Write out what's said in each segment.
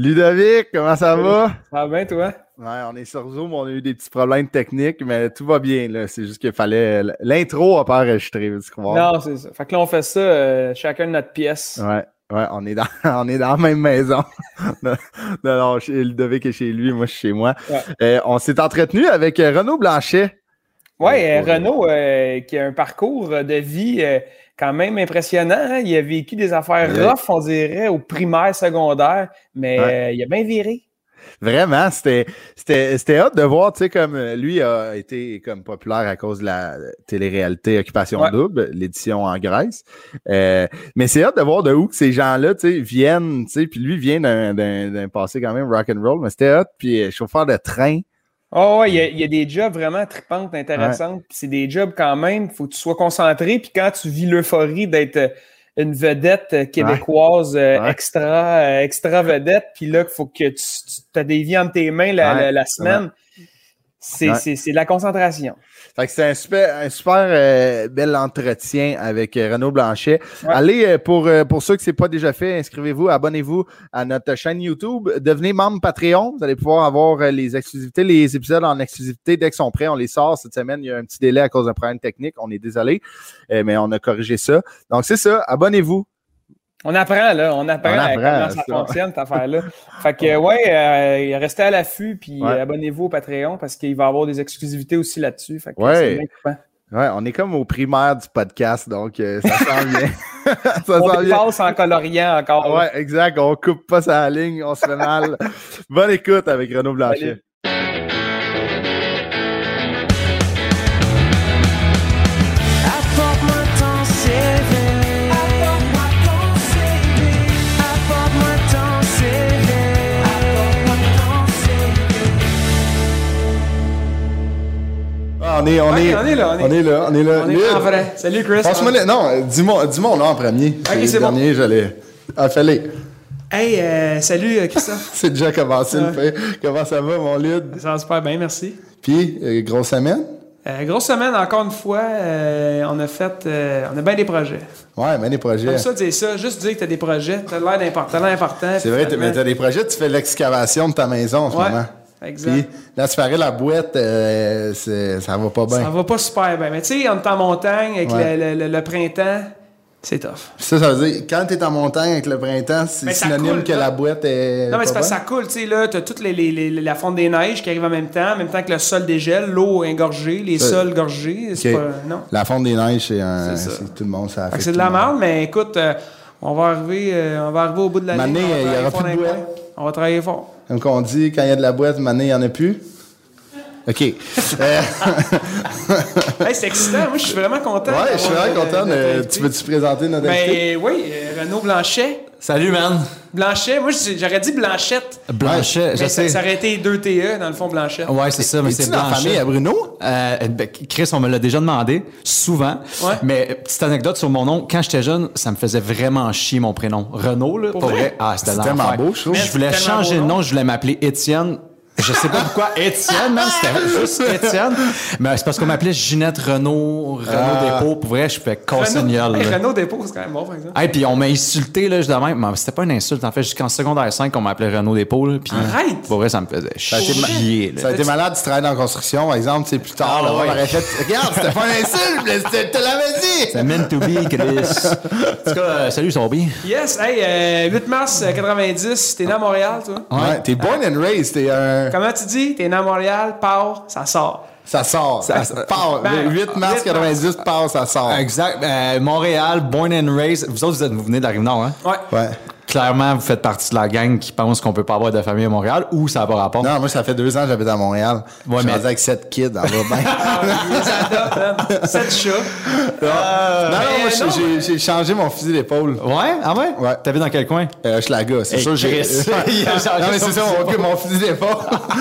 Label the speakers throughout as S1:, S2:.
S1: Ludovic, comment ça va?
S2: Ça va bien, Ah ben, toi?
S1: Ouais, on est sur Zoom, on a eu des petits problèmes techniques, mais tout va bien. là. C'est juste qu'il fallait. euh, L'intro a pas enregistré, tu crois?
S2: Non, c'est ça. Fait que là, on fait ça, euh, chacun de notre pièce.
S1: Ouais, ouais, on est dans, on est dans la même maison. non, non, non, je- Ludovic est chez lui, moi je suis chez moi.
S2: Ouais.
S1: Euh, on s'est entretenu avec euh, Renaud Blanchet.
S2: Ouais, euh,
S1: Ouais.
S2: Renaud, euh, qui a un parcours de vie euh, quand même impressionnant. hein. Il a vécu des affaires
S1: Ouais.
S2: rough, on dirait, au primaire, secondaire, mais
S1: Ouais.
S2: euh, il a bien viré.
S1: Vraiment, c'était c'était c'était hot de voir, tu sais, comme euh, lui a été comme populaire à cause de la télé-réalité Occupation
S2: Ouais.
S1: Double, l'édition en Grèce. Euh, mais c'est hot de voir de où que ces gens-là, tu sais, viennent, tu sais, puis lui vient d'un- d'un d'un passé quand même rock and roll, mais c'était hot, puis euh, chauffeur de train.
S2: Oh, ouais, il y a, il y a des jobs vraiment tripantes, intéressantes. puis C'est des jobs quand même, faut que tu sois concentré. Puis quand tu vis l'euphorie d'être euh, une vedette euh, québécoise euh,
S1: Ouais.
S2: extra, euh, extra vedette, puis là, il faut que tu, tu as des vies entre tes mains la,
S1: Ouais.
S2: la- la semaine, c'est
S1: Ouais.
S2: c'est- c'est de la concentration.
S1: Fait que c'est un super, un super euh, bel entretien avec euh, Renaud Blanchet.
S2: Ouais.
S1: Allez, euh, pour, euh, pour ceux que c'est pas déjà fait, inscrivez-vous, abonnez-vous à notre chaîne YouTube. Devenez membre Patreon. Vous allez pouvoir avoir euh, les exclusivités, les épisodes en exclusivité dès qu'ils sont prêts. On les sort cette semaine. Il y a un petit délai à cause d'un problème technique. On est désolé, euh, mais on a corrigé ça. Donc, c'est ça. Abonnez-vous.
S2: On apprend, là, on apprend,
S1: On
S2: à
S1: apprend,
S2: comment ça,
S1: ça.
S2: fonctionne, cette affaire-là. Fait que, ouais, euh, restez à l'affût, puis
S1: Ouais.
S2: euh, abonnez-vous au Patreon, parce qu'il va y avoir des exclusivités aussi là-dessus. Fait que,
S1: Ouais.
S2: c'est bien coupant.
S1: Ouais, on est comme au primaire du podcast, donc euh, ça sent bien. ça
S2: On
S1: sent bien.
S2: dépasse en coloriant encore.
S1: Ouais, exact. On coupe pas sa ligne, on se fait mal. Bonne écoute avec Renaud Blanchet.
S2: Salut.
S3: Ah, on est, on,
S2: Ok,
S3: est,
S2: on est là, on est-
S3: là, on est là.
S2: On est
S3: Là,
S2: en vrai. Salut, Chris.
S3: Passe-moi le- non, dis-moi, dis-moi là en premier. le
S2: c'est bon.
S3: dernier, j'allais. Ah, fallait.
S2: Hey, euh, salut, euh, Christophe.
S3: C'est déjà commencé le fait. Comment ça va, mon Lud?
S2: Ça va super bien, merci.
S3: Puis, euh, grosse semaine?
S2: Euh, grosse semaine, encore une fois, euh, on a fait, euh, on a bien des projets.
S3: Ouais, mais des projets.
S2: Comme ça, dire ça, juste dire que t'as des projets, t'as l'air d'important, t'as l'air important.
S3: C'est vrai, t'as- mais t'as des projets, tu fais l'excavation de ta maison en ce
S2: Ouais,
S3: moment.
S2: exact.
S3: Puis, là, tu parais la boîte, euh, c'est- ça va pas bien.
S2: Ça va pas super bien. Mais tu sais, on est en montagne avec
S3: Ouais.
S2: le, le- le- le printemps, c'est tough.
S3: Puis Ça, ça veut dire, quand t'es en montagne avec le printemps, c'est
S2: Mais Ben, ça
S3: synonyme
S2: coule,
S3: que
S2: là.
S3: la boîte est.
S2: Non, mais c'est
S3: pas
S2: parce que
S3: bonne.
S2: ça coule, tu sais, là, t'as toute les, les- les- la fonte des neiges qui arrive en même temps, en même temps que le sol dégèle, l'eau engorgée, les
S3: Ça-
S2: sols gorgés. C'est
S3: Ok.
S2: pas. Non.
S3: La fonte des neiges, c'est un.
S2: C'est ça.
S3: c'est Tout le monde, ça
S2: Fait que
S3: affecte
S2: c'est de
S3: tout
S2: la
S3: le monde.
S2: merde, mais écoute, euh, on, va arriver, euh, on va arriver au bout de la
S3: Mané,
S2: ligne, on va
S3: il y aura
S2: travailler
S3: plus
S2: fort
S3: de
S2: dans le
S3: bois.
S2: coin. On va travailler fort.
S3: Comme on dit, quand il y a de la boîte, mané, il n'y en a plus. OK. Euh,
S2: Hey, c'est excitant, moi je suis vraiment content.
S3: ouais, je suis
S2: d'avoir,
S3: vraiment
S2: euh,
S3: content.
S2: notre
S3: de-
S2: invité.
S3: tu veux-tu présenter notre invité?
S2: Ben oui, euh, Renaud Blanchet.
S4: Salut, man.
S2: Blanchet, moi je- j'aurais dit Blanchette.
S3: Ah,
S4: Blanchet,
S3: ben,
S4: je
S2: Mais ça,
S4: sais.
S2: ça aurait été 2 TE dans le fond, Blanchette.
S4: Ouais, c'est ça, mais
S3: Es-tu
S4: c'est
S3: dans la
S4: Blanchet.
S3: famille à Bruno?
S4: Euh, ben, Chris, on me l'a déjà demandé, souvent.
S2: Ouais.
S4: Mais euh, petite anecdote sur mon nom, quand j'étais jeune, ça me faisait vraiment chier mon prénom. Renaud, là, pour,
S2: vrai?
S4: vrai? Ah, c'était
S3: C'est
S4: l'enfer.
S3: tellement beau, je trouve.
S2: Mais c'est
S4: voulais
S2: tellement
S4: changer
S2: beau
S4: de nom,
S2: nom.
S4: je voulais m'appeler Étienne. Je sais pas pourquoi Étienne, man, c'était juste Étienne. Mais c'est parce qu'on m'appelait Ginette Renaud, Renaud Dépôt. Pour vrai, je fais casser une gueule,
S2: Renaud, hey,
S4: là.
S2: Renaud Dépôt, c'est quand même bon, par exemple.
S4: Hey, puis on m'a insulté, là, je devais même. mais C'était pas une insulte, en fait, jusqu'en secondaire 5, on m'appelait Renaud Dépôt, là. Puis,
S2: Arrête!
S4: Pour vrai, ça me faisait
S3: a été ma-
S4: chier, là.
S3: Ça a été malade, tu travailles dans la construction, par exemple, tu sais, plus tard,
S4: Ah,
S3: là, on
S4: ouais.
S3: aurait fait, Regarde, c'était pas un insulte, mais c'était- je te l'avais dit!
S4: C'est meant to be, Chris. En tout cas, euh, salut, ça va bien?
S2: Yes, hey, euh, 8 mars euh, 90, t'es né à Montréal, toi?
S3: Ouais, t'es born and raised, t'es un.
S2: Comment tu dis? T'es né à Montréal, part, ça sort.
S3: Ça sort. Part.
S2: Ben,
S3: Le 8 mars
S2: 8 mars.
S3: 90, part, ça sort.
S4: Exact. Euh, Montréal, born and raised. Vous autres, vous, êtes, vous venez de la Rive-Nord, hein?
S2: Ouais.
S3: Ouais.
S4: clairement, vous faites partie de la gang qui pense qu'on peut pas avoir de famille à Montréal ou ça n'a pas rapport.
S3: Non, moi, ça fait deux ans que j'habite à Montréal.
S4: Ouais,
S3: je suis
S4: mais- Ah,
S3: rendu avec sept kids. Ça va bien.
S2: Sept chats.
S3: non, non,
S2: mais
S3: moi, j'ai-
S2: non.
S3: j'ai- j'ai changé mon fusil d'épaule.
S4: Ouais? Ah ouais?
S3: Ouais.
S4: T'habites dans quel coin?
S3: Euh, je la gars, c'est
S4: Hey,
S3: sûr que j'ai.
S4: Chris, il a changé
S3: non, mais
S4: son
S3: c'est ça,
S4: fusil
S3: mon, mon fusil d'épaule.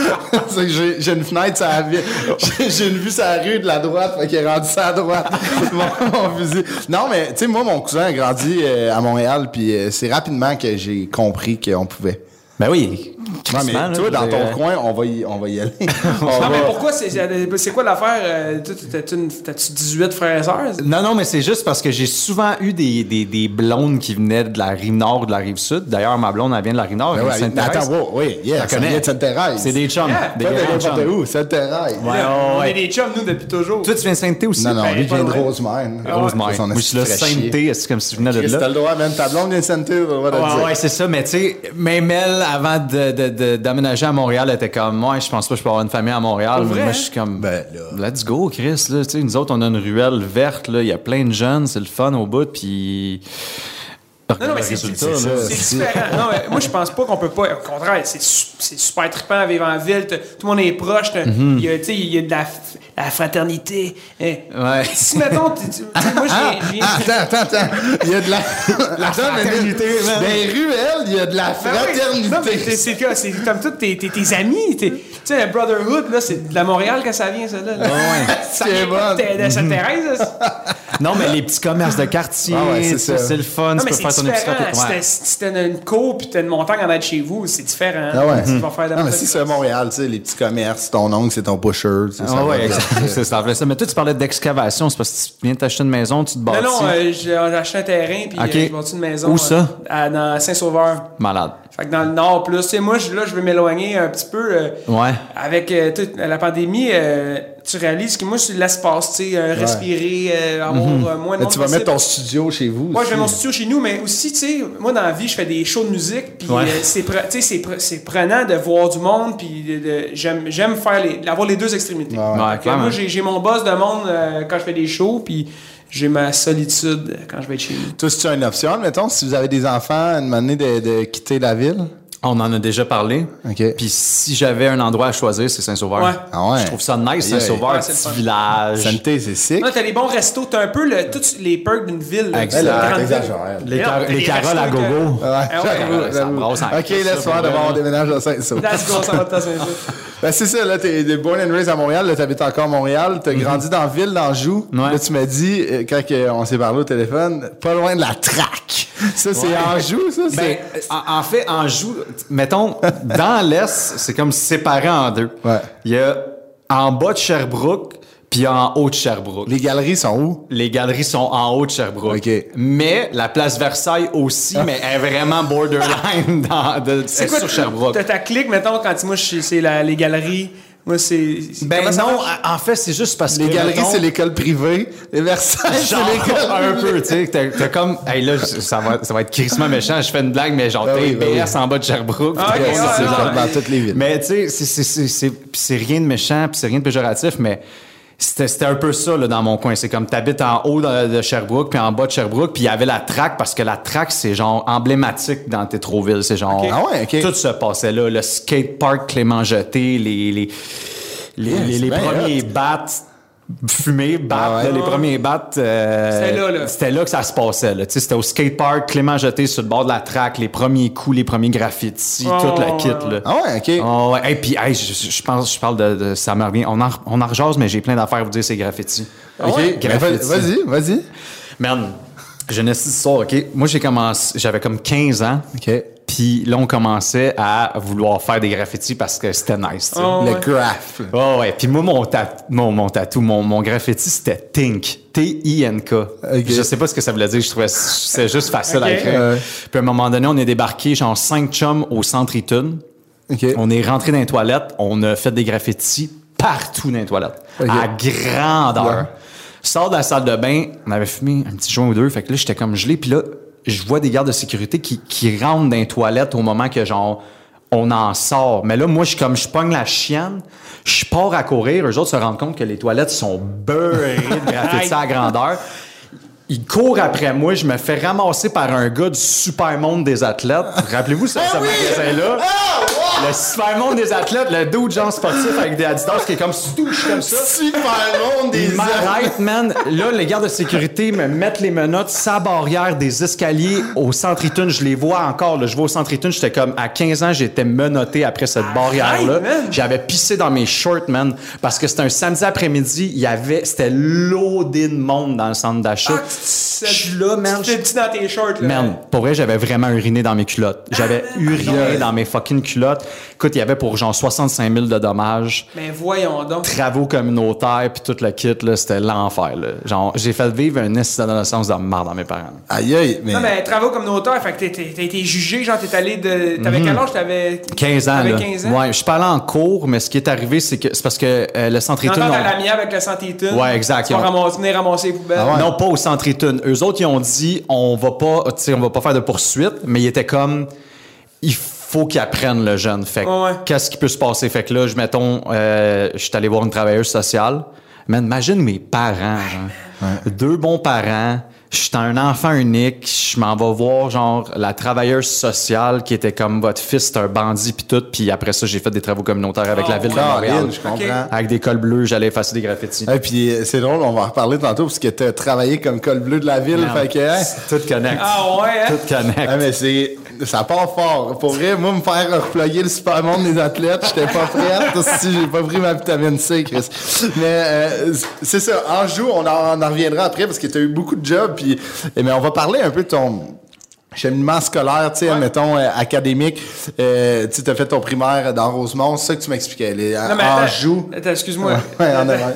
S3: c'est que j'ai, j'ai une fenêtre sur la ville. J'ai, j'ai une vue sur la rue de la droite, fait qu'il est rendu sur la droite. mon, mon fusil. Non, mais tu sais, moi, mon cousin a grandi euh, à Montréal, puis euh, c'est rapidement que j'ai compris qu'on pouvait.
S4: Ben oui.
S3: Non, mais
S4: Crissement,
S3: tu
S4: là,
S3: vois, dans
S4: j'ai-
S3: ton coin, on va y, on va y aller. On
S2: Non, mais
S3: va-
S2: pourquoi c'est- c'est c'est quoi l'affaire? euh, tu- tu- T'as-tu une- t'as-tu 18 frères et sœurs?
S4: Non, non, mais c'est juste parce que j'ai souvent eu des, des, des blondes qui venaient de la rive nord ou de la rive sud. D'ailleurs, ma blonde, elle vient de la rive nord.
S3: Ben
S4: elle
S3: ouais,
S4: vient de
S3: mais
S4: Sainte-Thérèse.
S3: attends, wow, oui, yeah,
S4: T'en
S3: ça
S4: connais.
S3: vient de Sainte-Thérèse.
S4: C'est des chums.
S2: Yeah.
S4: Des
S3: Pas de
S4: grands chums.
S3: n'importe où, Sainte-Thérèse.
S4: Ouais,
S2: on
S4: Ah, ouais,
S2: est
S4: ouais.
S2: des chums, nous, depuis toujours.
S4: Toi, tu viens de Sainte-Thé aussi? Ben,
S3: Non, non, lui
S2: pas
S3: vient de
S2: vrai.
S3: Rosemère.
S4: Rosemary.
S3: Ah Son
S4: Moi, je suis là,
S3: esti de chier.
S4: Sainte-Thé, c'est comme si je venais de
S3: Chris,
S4: là.
S3: t'as le droit, même ta blonde vient de Sainte-Thé, t'as le droit de le
S4: Ouais,
S3: dire.
S4: ouais, c'est ça, mais tu sais, même elle, avant de- de- de- d'aménager à Montréal, elle était comme, moi, je pense pas que je peux avoir une famille à Montréal.
S2: Pour vrai,
S4: Moi, je suis comme,
S3: Ben, là.
S4: let's go, Chris, là. Tu sais, nous autres, on a une ruelle verte, là. Il y a plein de jeunes, c'est le fun au bout, puis.
S2: Non, non, mais c'est
S4: Résultat,
S3: c'est
S4: là.
S3: ça.
S2: C'est différent. Non, mais moi, je pense pas qu'on peut pas. Au contraire, c'est su- c'est super trippant à vivre en ville. t'as- Tout le monde est proche. t'as-
S4: Mm-hmm.
S2: Il y a, tu sais, il y a de la, f- la fraternité. Eh,
S4: Ouais.
S2: Si, mettons, tu- tu- tu sais, moi, je
S3: Ah,
S2: viens- je viens.
S3: attends, attends, attends. Il y a de la, Attends, mais
S4: fraternité, man.
S3: Dans les ruelles, il y a de la
S2: Ben oui, non, mais
S3: fraternité.
S2: c'est- c'est quoi, c'est comme tous tes, tes, tes amis. t'es- Tu sais, la Brotherhood, là, c'est de la Montréal que ça vient, ça. Là, Ça
S3: C'est
S2: vient pas
S3: bon.
S2: de, de Sainte-Thérèse. là.
S4: Non, mais les petits commerces de quartier,
S3: Ah ouais, c'est
S4: tu sais,
S3: ça.
S4: c'est le fun,
S2: Non,
S4: tu
S2: mais
S4: peux
S2: c'est
S4: faire ton
S2: différent.
S4: épicerie.
S2: Si
S4: ouais.
S2: t'as- Si t'as une cour puis t'as une montagne en bas de chez vous, c'est différent.
S3: Ah ouais.
S2: Tu vas faire de la
S3: Non, mais si c'est à Montréal, tu sais, les petits commerces, ton oncle, c'est ton pusher. tu sais, ça
S4: Ah
S3: va
S4: ouais,
S3: bien.
S4: exact. c'est ça, en fait, ça. Mais toi, tu parlais d'excavation, c'est parce que tu viens de t'acheter une maison, tu te bâtis.
S2: Non, non, euh, j'ai j'ai acheté un terrain puis
S4: Ok.
S2: euh, j'ai bâti une maison.
S4: Où
S2: euh,
S4: ça?
S2: à- dans Saint-Sauveur.
S4: Malade.
S2: Fait que dans le nord plus. Tu sais, moi, je- là, je vais m'éloigner un petit peu. euh,
S4: Ouais.
S2: Avec euh, toute la pandémie, euh, tu réalises que moi, c'est l'espace, tu sais, euh, respirer, euh, avoir euh, moins
S3: Mm-hmm. Mais
S2: de monde
S3: tu vas
S2: possible.
S3: mettre ton studio chez vous.
S2: Moi, je fais
S3: aussi.
S2: mon studio chez nous, mais aussi, tu sais, moi, dans la vie, je fais des shows de musique, puis
S4: Ouais.
S2: euh, c'est pre- tu sais, c'est pre- c'est prenant de voir du monde, puis de- de- j'aime j'aime faire les, avoir les deux extrémités.
S4: Ouais,
S2: Fait que
S4: clairement.
S2: moi, j'ai j'ai mon boss de monde euh, quand je fais des shows, puis j'ai ma solitude quand je vais être chez nous.
S3: Toi, si tu as une option, mettons, si vous avez des enfants, une manière de, de quitter la ville.
S4: On en a déjà parlé.
S3: OK.
S4: Puis si j'avais un endroit à choisir, c'est Saint-Sauveur.
S2: Ouais.
S3: Ah ouais.
S4: Je trouve ça nice,
S3: Yeah.
S4: Saint-Sauveur,
S2: Ouais, c'est le
S4: petit
S2: fun.
S4: village.
S3: Santé, c'est sick.
S2: Là, t'as les bons restos, t'as un peu le, tous les perks d'une ville. là,
S4: Exact.
S2: d'une grande
S3: Ah,
S2: ville.
S3: t'exagères.
S4: Les,
S2: Non,
S4: car-
S2: t'as
S4: les
S2: des
S4: caroles à
S2: restos que-
S4: gogo. Euh,
S3: Ouais,
S2: Ah ouais,
S3: j'avoue,
S4: ça
S3: j'avoue.
S4: brasse en
S3: Ok,
S4: crise,
S3: laisse
S4: ça,
S3: faire
S4: pour
S3: d'abord,
S4: vrai.
S3: on déménage à Saint-Saul.
S2: That's go, ça va te faire ça.
S3: Ben c'est ça, là, t'es t'es born and raised à Montréal, là, t'habites encore à Montréal, t'as grandi dans la ville d'Anjou.
S4: Mm-hmm. Ouais.
S3: Là, tu m'as dit, euh, quand que on s'est parlé au téléphone, pas loin de la traque. Ça, c'est Anjou, ça?
S4: Ben,
S3: c'est-
S4: en, en fait, en joue, mettons, dans l'Est, c'est comme séparé en deux.
S3: Ouais.
S4: Il y a en bas de Sherbrooke, puis en haut de Sherbrooke.
S3: Les galeries sont où?
S4: Les galeries sont en haut de Sherbrooke.
S3: OK.
S4: Mais la place Versailles aussi, mais elle est vraiment borderline dans, de,
S2: C'est quoi
S4: sur Sherbrooke.
S2: T'as ta clique, mettons, quand moi, je suis- c'est la- les galeries. Moi, c'est. c'est-
S4: Ben
S2: comment ça
S4: non,
S2: marche?
S4: en en fait, c'est juste parce
S3: Les
S4: que.
S3: galeries,
S4: mettons,
S3: c'est l'école privée. Les Versailles, c'est
S4: Genre,
S3: l'école
S4: un peu, tu sais, que t'as t'as comme, hey là, je- ça va, ça va être crissement méchant, je fais une blague, mais genre,
S3: Ben
S4: t'es
S3: oui, ben oui.
S4: BS en bas de Sherbrooke.
S2: Ah, ok,
S4: Puis
S2: ouais,
S3: c'est
S2: ouais,
S3: genre
S2: ouais.
S3: dans toutes les villes.
S4: Mais tu sais, c'est- c'est- c'est- c'est- puis c'est rien de méchant, puis c'est rien de péjoratif, mais c'était c'était un peu ça là, dans mon coin. C'est comme t'habites en haut de, de Sherbrooke, puis en bas de Sherbrooke, puis il y avait la traque, parce que la traque, c'est genre emblématique dans Tétroville. C'est genre.
S3: Ah ouais, ok.
S4: Tout se passait là. Le skatepark Clément Jeté, les. les les,
S3: Yeah,
S4: les-
S3: c'est
S4: les
S3: bien
S4: premiers bats fumés, bats,
S3: Ah ouais.
S4: là, les premiers bats. euh,
S2: C'était là, là.
S4: c'était là que ça se passait. là. Tu sais, C'était au skatepark, Clément Jeté sur le bord de la traque, les premiers coups, les premiers graffitis,
S2: Ouais,
S4: tout
S2: ouais,
S4: le kit.
S2: ouais,
S4: là.
S3: Ah ouais, ok.
S4: Oh, ouais. Hey, puis, hey, je, je- je pense, je parle de, de- ça me revient. On en, on en rejase, mais j'ai plein d'affaires à vous dire, c'est graffiti.
S3: Ok,
S4: ouais?
S3: ben, va-
S4: Graffiti.
S3: vas-y, vas-y.
S4: Man, je ne sais ça, OK? Moi, j'ai commencé, j'avais comme 15 ans.
S3: Ok.
S4: Puis là, on commençait à vouloir faire des graffitis parce que c'était nice, tu sais.
S2: Oh,
S3: Le
S2: ouais.
S3: graph.
S4: Oh, ouais. Puis moi, mon, ta- mon, mon tatou, mon, mon graffiti, c'était Tink. T-I-N-K. Je sais pas ce que ça voulait dire. Je trouvais c'est juste facile à
S2: Ok.
S4: écrire. Puis à un moment donné, on est débarqué, genre cinq chums au centre Eaton.
S3: Ok.
S4: On est rentré dans les toilettes. On a fait des graffitis partout dans les toilettes. À grandeur. Sors de la salle de bain. On avait fumé un petit joint ou deux. Fait que là, j'étais comme gelé. Puis là, je vois des gardes de sécurité qui, qui rentrent dans les toilettes au moment que genre on en sort. Mais là, moi, je suis comme, je pogne la chienne, je pars à courir. Eux autres se rendent compte que les toilettes sont beurrées de graffitis à grandeur. Il court après moi, je me fais ramasser par un gars du super monde des athlètes. Rappelez-vous ce, ce magasin-là?
S3: Ah,
S4: Le super monde des athlètes, le dos de gens sportifs avec des Adidas qui est comme touche comme ça.
S3: Super monde des
S4: Il m'arrête, man. Là, les gardes de sécurité me mettent les menottes sa barrière des escaliers au centre Itune. Je les vois encore. Là. Je vais au centre Itune. J'étais comme, à 15 ans, j'étais menotté après cette barrière-là. J'avais pissé dans mes shorts, man. Parce que c'était un samedi après-midi. Il y avait, c'était loadé de monde dans le centre d'achat.
S2: Ah,
S4: je suis là, man.
S2: Tu t'es petit dans tes shorts, là.
S4: Man, pour vrai, j'avais vraiment uriné dans mes culottes. J'avais uriné dans mes fucking culottes. Écoute, il y avait pour genre 65 000 de dommages,
S2: Mais voyons donc.
S4: travaux communautaires, puis tout le kit, là, c'était l'enfer, là. Genre, j'ai fait vivre un incident d'adolescence de marde dans mes parents.
S3: Aïe, aïe, mais.
S2: Non, mais travaux communautaires, fait que t'es- t'es- t'as été jugé, genre t'es allé de. T'avais quel âge? T'avais
S4: 15 Mhm. ans,
S2: t'avais
S4: là.
S2: 15 ans.
S4: Ouais, je suis pas allé en cours, mais ce qui est arrivé, c'est que, c'est parce que euh, le centre études...
S2: T'entends à
S4: on-
S2: l'amiable avec la santé étude.
S4: Ouais, exact.
S2: Ils vont ramasser, venir ramasser les poubelles.
S3: Ah ouais.
S4: Non, pas au centre Études. Eux autres, ils ont dit, on va pas, tu sais, on va pas faire de poursuite, mais ils étaient comme, il faut qu'ils apprennent le jeune. Fait que,
S2: Ouais, ouais.
S4: qu'est-ce qui peut se passer? Fait que là, je mettons, euh, je suis allé voir une travailleuse sociale. Man, imagine mes parents, genre. Deux bons parents. Je suis un enfant unique, je m'en vais voir genre la travailleuse sociale qui était comme votre fils c'est un bandit puis tout, puis après ça j'ai fait des travaux communautaires avec
S2: Oh,
S4: la ville de
S2: ouais.
S4: Montréal,
S3: Caroline, je comprends.
S2: Ok.
S4: avec des cols bleus, j'allais effacer des graffitis.
S3: Et puis euh, c'est drôle, on va en reparler tantôt parce que t'as travaillé comme col bleu de la ville, fait que hein,
S4: Tout connecte.
S2: Ah ouais, hein?
S4: Tout connecte.
S3: ah, mais c'est ça part fort. Pour vrai, moi me faire reployer le super monde des athlètes, j'étais pas prête si j'ai pas pris ma vitamine C, Chris. Mais euh, c'est ça, en joue, on en, on en reviendra après parce que t'as eu beaucoup de jobs puis eh, mais on va parler un peu de ton cheminement scolaire, tu sais, mettons euh, académique. Euh, tu as fait ton primaire dans Rosemont, c'est ça que tu m'expliquais. les-
S2: Non, mais
S3: en
S2: attends,
S3: joue.
S2: Attends, excuse-moi.
S3: Ouais, en arrière.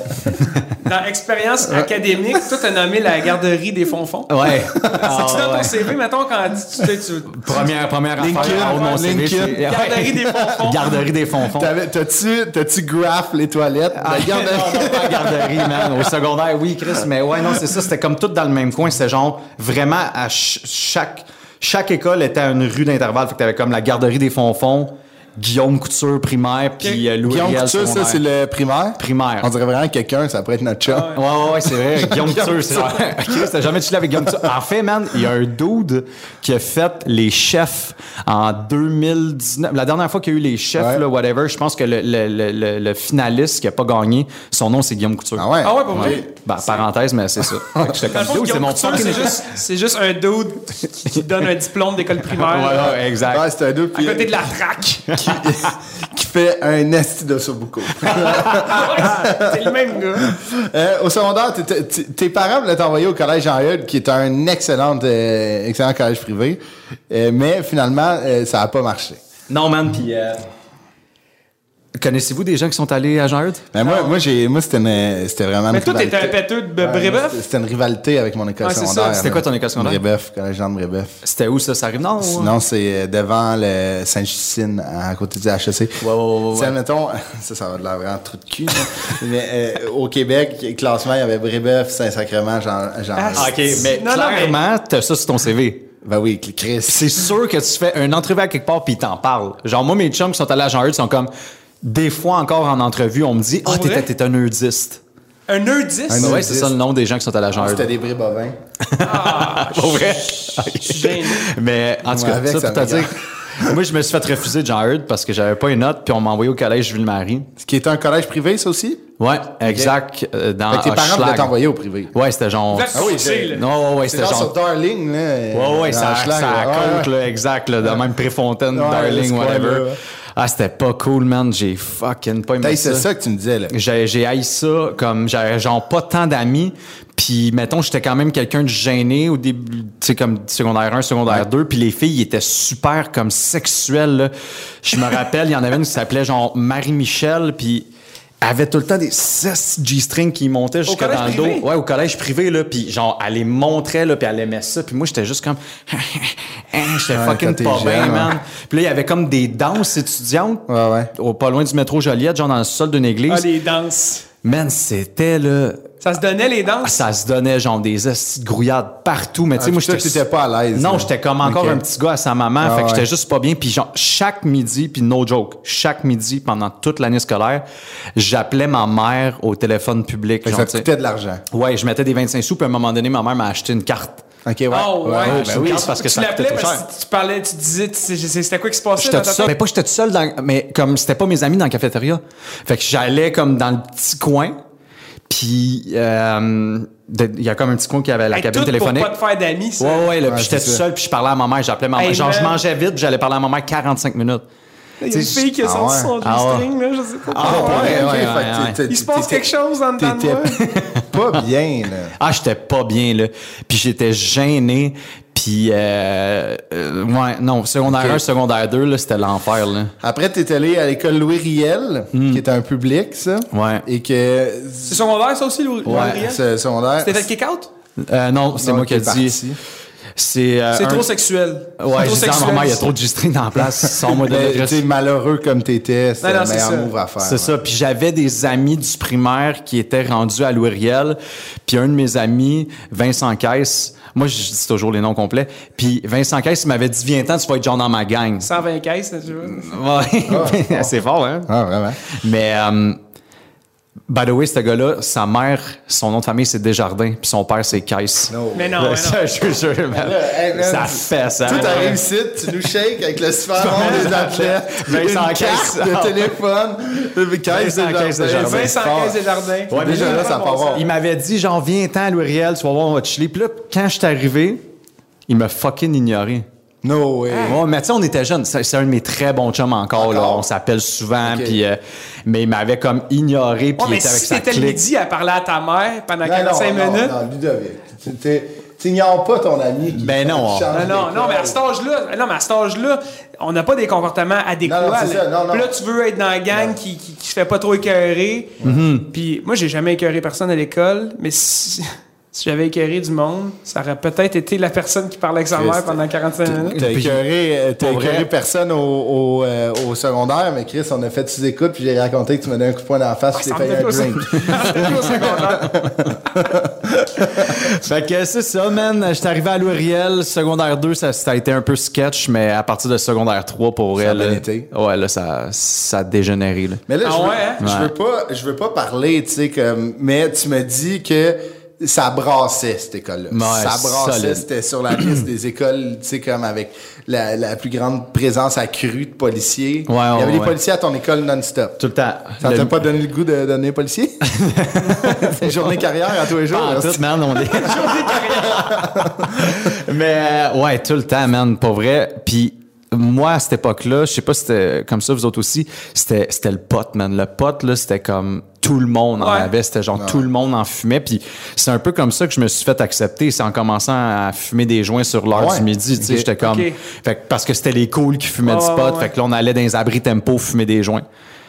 S2: Dans expérience académique, toi, t'as nommé la garderie des fonfons.
S4: Ouais. Ah,
S2: C'est-tu dans
S4: ouais.
S2: ton CV, mettons, quand tu tu- tu-
S4: Première, première affaire en haut de mon CV,
S3: Lincoln.
S4: c'est-
S2: Garderie des fonfons.
S4: Garderie des fonfons.
S3: T'avais- T'as-tu, t'as-tu graph les toilettes?
S2: Ah.
S3: La garderie-
S4: Non, non, pas à garderie, man. Au secondaire, oui, Chris, mais ouais, non, c'est ça. C'était comme tout dans le même coin. C'était genre vraiment à ch- chaque, chaque école était à une rue d'intervalle. Fait que t'avais comme la garderie des fonfons, Guillaume Couture primaire, puis euh, Louis
S3: Guillaume
S4: Riel
S3: Couture, ça,
S4: secondaire.
S3: c'est le primaire?
S4: Primaire.
S3: On dirait vraiment quelqu'un, ça pourrait être notre
S2: Ah
S3: chat.
S4: Ouais, ouais, ouais, c'est vrai. Guillaume Couture, c'est vrai. Chris, t'as jamais chillé avec Guillaume Couture. En fait, man, il y a un dude qui a fait les chefs en 2019. La dernière fois qu'il y a eu les chefs,
S3: Ouais.
S4: là, whatever, je pense que le, le- le- le- le finaliste qui a pas gagné, son nom, c'est Guillaume Couture.
S3: Ah ouais?
S2: Ah ouais, pour vrai?
S4: Ben, parenthèse, mais c'est ça. Fait que j'étais
S2: Dans
S4: comme,
S2: le fond,
S4: dude, c'est
S2: Guillaume
S4: mon
S2: Couture,
S4: fucking
S2: c'est juste, c'est juste un dude qui- qui donne un diplôme d'école primaire.
S4: Ouais,
S2: là,
S4: ouais, exact.
S3: Ouais, c'est un deux
S2: À
S3: puis-
S2: côté de la traque.
S3: qui, qui fait un esti de Sobuco.
S2: Ah, c'est le même gars.
S3: Euh, au secondaire, t'étais- t- tes parents voulaient t'envoyer au collège Jean-Eudes, qui est un excellent, euh, excellent collège privé. Euh, mais finalement, euh, ça n'a pas marché.
S4: Non, man, puis... euh, Connaissez-vous des gens qui sont allés à Jean-Eudes?
S3: Mais moi, moi, j'ai, moi c'était, une- c'était vraiment
S2: Mais
S3: une
S2: toi, t'étais un
S3: rivalité.
S2: péteux de b-
S3: Ouais, moi,
S2: brébeuf.
S3: c'était- C'était une rivalité avec mon école
S2: Ouais, c'est ça.
S3: secondaire.
S4: C'était
S3: là.
S4: quoi ton école secondaire?
S3: Brébeuf, collège Jean de Brébeuf.
S4: C'était où, ça? Ça arrive? Non? hein?
S3: Sinon, c'est euh, devant le Sainte-Justine, à côté du E HEC.
S4: Ouais, ouais, ouais, ouais,
S3: Tu sais,
S4: ouais.
S3: mettons, ça, ça va de l'air vraiment trou de cul. là. mais euh, au Québec, classement, il y avait Brébeuf, Saint-Sacrement, Jean. Jean
S2: Ah,
S4: OK, mais
S2: Non, non, mais-
S4: clairement, t'as ça sur ton CV.
S3: Ben oui, cl- Chris.
S4: c'est sûr que tu fais une entrevue à quelque part puis ils t'en parlent. Genre, moi, mes chums qui sont allés à jean ils sont comme, des fois encore en entrevue, on me dit, ah,
S2: Pour
S4: t'es,
S2: vrai?
S4: t'es un nerdiste.
S2: Un nerdiste.
S3: Un
S4: Ouais,
S3: nerdiste.
S4: c'est ça le nom des gens qui sont allés à jean
S3: C'était des Brébovins.
S4: Pas vrai. Ah,
S2: suis gêné.
S4: Mais en tout
S3: Ouais,
S4: cas,
S3: avec,
S4: ça,
S3: ça
S4: pour te
S3: me
S4: dire, moi, je me suis fait refuser de jean parce que j'avais pas une note puis on m'a envoyé au collège Ville-Marie.
S3: Ce qui est un collège privé, ça aussi?
S4: Ouais, exact. euh, dans
S3: Fait que tes parents
S4: Hochelag.
S3: voulaient t'envoyer au privé.
S4: Ouais, c'était genre.
S2: Ah oui, c'est-
S4: c'est- Non, ouais, ouais,
S3: C'est
S4: c'était
S3: genre sur
S4: genre.
S3: Darling, là. euh,
S4: Ouais, ouais,
S3: dans
S4: ça,
S3: Hochelag,
S4: ça
S3: là. Ouais,
S4: compte,
S3: ouais.
S4: là, exact, là, de même Préfontaine,
S3: Ouais,
S4: Darling,
S3: ce coin-là,
S4: whatever.
S3: ouais.
S4: Ah, c'était pas cool, man. J'ai fucking pas aimé
S3: Hey,
S4: ça.
S3: C'est ça que tu me disais, là.
S4: J'ai, j'ai haï ça, comme j'avais genre pas tant d'amis, puis mettons, j'étais quand même quelqu'un de gêné au début, tu sais, comme secondaire 1, secondaire 2, puis les filles, ils étaient super comme sexuelles, là. Je me rappelle, il y en avait une qui s'appelait genre Marie-Michel, puis elle avait tout le temps des 6 G-strings qui montaient jusque
S2: collège
S4: dans le
S2: privé?
S4: dos. Ouais, au collège privé, là, puis genre, elle les montrait, là, puis elle aimait ça, puis moi, j'étais juste comme... hein, j'étais
S3: Ouais, quand
S4: fucking
S3: t'es
S4: pas
S3: jeune,
S4: bien,
S3: ouais.
S4: man. Puis là, il y avait comme des danses étudiantes
S3: Ouais, Ah, ouais.
S4: au, pas loin du métro Joliette, genre dans le sol d'une église.
S2: Ah, les danses.
S4: Man, c'était là.
S2: Ça se donnait les
S4: Ah,
S2: danses.
S4: Ça se donnait genre des hosties de grouillades partout. Mais tu sais,
S3: Ah,
S4: moi,
S3: puis toi,
S4: j'étais.
S3: t'étais pas à l'aise,
S4: Non,
S3: là.
S4: j'étais comme encore
S3: Ok. Ah,
S4: un petit gars à sa maman. fait que j'étais
S3: ouais.
S4: juste pas bien. Puis genre, chaque midi, puis no joke, chaque midi pendant toute l'année scolaire, j'appelais ma mère au téléphone public.
S3: Fait que
S4: genre,
S3: ça
S4: tu sais.
S3: te coûtait de l'argent.
S4: Ouais, je mettais des 25 sous, puis à un moment donné, ma mère m'a acheté une carte.
S3: OK, ouais.
S2: Oh, ouais.
S4: ben
S2: Tu-
S4: oui,
S2: tu-
S4: c'est parce que
S2: tu
S4: ça coûtait
S2: l'appelais
S4: trop
S2: parce
S4: cher.
S2: que tu parlais, tu disais, tu sais, c'est- c'était quoi qui se passait
S4: J'étais
S2: dans
S4: tout
S2: ta
S4: seul. Mais
S2: tête?
S4: pas j'étais tout seul, dans- mais comme c'était pas mes amis dans la cafétéria. Fait que j'allais comme dans le petit coin, puis euh, de- il y a comme un petit coin qui avait la
S2: Hey,
S4: cabine
S2: tout
S4: téléphonique.
S2: Pour pas te faire d'amis, ça.
S4: Ouais, ouais, là, puis
S3: c'est
S4: j'étais tout
S3: ça.
S4: seul, puis je parlais à ma mère, j'appelais ma mère.
S2: Hey,
S4: Genre, je
S2: man.
S4: mangeais vite, puis j'allais parler à ma mère 45 minutes.
S2: Il y a une
S4: t'sais,
S2: fille qui a
S3: ah
S2: sorti
S3: ouais.
S2: son
S4: Ah ouais.
S2: G-string, là, je sais pas.
S4: Ah
S2: pourquoi.
S4: ouais, ouais, ouais,
S3: fait que
S4: ouais.
S3: t'étais-
S2: Il se passe
S3: t'étais-
S2: quelque chose dans le temps de moi.
S3: T'étais pas bien, là.
S4: Ah, j'étais pas bien, là. Puis j'étais gêné, puis... Euh, euh, ouais, non, secondaire
S3: Ok.
S4: 1, secondaire 2, là, c'était l'enfer, là.
S3: Après, t'es allé à l'école Louis Riel, qui était un public, ça.
S4: Ouais.
S3: Et que.
S2: C'est secondaire, ça aussi, Louis
S3: Ouais,
S2: Riel?
S3: ce secondaire.
S2: T'es fait kick-out?
S4: Euh, non, c'est
S3: Non,
S4: moi qui ai
S3: t'es
S4: dit.
S3: parti.
S4: C'est euh,
S2: C'est
S4: un-
S2: trop sexuel.
S4: Ouais,
S2: C'est trop
S4: j'ai dit à ma mère, il y a trop de G-string dans la place, sors-moi de
S3: Mais,
S4: l'adresse.
S3: t'sais, Ben, malheureux comme t'étais, c'était
S2: Non, non,
S3: le
S2: c'est
S3: meilleur
S2: ça.
S3: move à faire.
S4: C'est ça. Puis j'avais des amis du primaire qui étaient rendus à Louis-Riel. Puis un de mes amis, Vincent Caisse, moi je dis toujours les noms complets. Puis Vincent Caisse, il m'avait dit Viens-t'en, tu vas être genre dans ma gang.
S2: 120 caisses, là, tu vois.
S4: Ouais. C'est fort, hein?
S3: Ah, vraiment.
S4: Mais, euh, by the way, ce gars-là, sa mère, son nom de famille, c'est Desjardins. Puis son père, c'est Caisse.
S3: Oh.
S2: Mais non, mais non.
S4: Ça, je te jure, man.
S3: hey, man,
S4: ça
S3: tu-
S4: fait ça.
S3: Tu t'arrives ici, tu nous shakes avec le sphère des athlètes,
S4: Ben,
S3: une
S4: sans
S3: carte
S4: caisse.
S3: de téléphone, caisse
S4: sans
S3: de
S4: caisse de
S3: jardin.
S4: jardin.
S3: Ben,
S2: Vincent
S3: fort.
S2: Caisse des Jardins.
S4: Ouais, mais
S3: Déjà,
S4: là,
S3: là, ça va pas voir.
S4: Il m'avait dit, genre, viens-t'en à Louis-Riel, tu vas voir, on va te chiller. Puis là, quand je suis arrivé, il m'a fucking ignoré.
S3: No way.
S2: Ah.
S4: Ouais, mais tu sais, on était jeunes. C'est c'est un de mes très bons chums encore.
S3: Ah. Encore?
S4: Là, on s'appelle souvent.
S3: Ok.
S4: Puis, euh, mais il m'avait comme ignoré.
S2: Ouais,
S4: Puis il
S2: mais
S4: était avec
S2: si
S4: sa
S2: t'étais le
S4: clique.
S2: midi à parler à ta mère pendant 45
S3: non,
S2: minutes.
S3: Non, Ludovic. Tu- t'es- T'ignores pas ton ami. Qui
S4: Ben non,
S3: qui
S4: on-
S3: change
S2: Non, non, non,
S3: d'école.
S2: mais à cet âge-là, non, mais à cet âge-là, on n'a pas des comportements adéquats.
S3: Non, non, c'est
S2: là.
S3: ça, non, non.
S2: Puis là, tu veux être dans la gang qui, qui, qui se fait pas trop écœurer.
S4: Mm-hmm.
S2: Puis moi, j'ai jamais écœuré personne à l'école, mais si, si j'avais écœuré du monde, ça aurait peut-être été la personne qui parlait avec sa mère pendant 45 minutes.
S3: Hein? T'as écœuré, euh, t'as
S4: Pour vrai.
S3: écœuré personne au, au, euh, au secondaire, mais Chris, on a fait tes écoutes, puis j'ai raconté que tu me donnais un coup de poing dans la face, puis
S2: Ah, Ça
S3: t'es
S2: me
S3: payé
S2: fait
S3: un
S2: pas ça.
S3: drink.
S2: C'était au secondaire.
S4: Fait que c'est ça, man. J'étais arrivé à Louis-Riel. Secondaire 2, ça, ça a été un peu sketch. Mais à partir de secondaire 3, pour
S3: Ça a
S4: elle.
S3: bien
S4: là,
S3: été.
S4: Ouais, là, ça, ça a dégénéré. là.
S3: Mais là,
S2: Ah
S3: je, veux,
S2: ouais, hein?
S3: je veux pas, je veux pas parler, tu sais, comme, mais tu me dis que ça brassait, cette école-là.
S4: Ouais,
S3: ça brassait,
S4: solide.
S3: c'était sur la liste des écoles, tu sais, comme avec la, la plus grande présence accrue de policiers.
S4: Ouais, ouais,
S3: Il y avait des
S4: ouais.
S3: policiers à ton école non-stop.
S4: Tout le temps.
S3: Ça
S4: Le-
S3: t'a pas donné le goût de donner policier? Une journée carrière à tous les jours.
S4: Pas en
S3: là,
S4: tout,
S3: c'est-
S4: man, on est- Mais euh, ouais, tout le temps, man, pour vrai. Puis moi, à cette époque-là, je sais pas si c'était comme ça, vous autres aussi, c'était, c'était le pot, man. Le pot, là, c'était comme tout le monde en
S2: Ouais.
S4: avait. C'était genre tout le monde en fumait. Puis c'est un peu comme ça que je me suis fait accepter. C'est en commençant à fumer des joints sur l'heure
S3: Ouais.
S4: du midi. Tu sais,
S3: Ok.
S4: j'étais comme.
S2: Ok.
S4: Fait que parce que c'était les cools qui fumaient du
S2: Ouais,
S4: pot.
S2: ouais, ouais.
S4: Fait que là, on allait dans les abris tempo fumer des joints.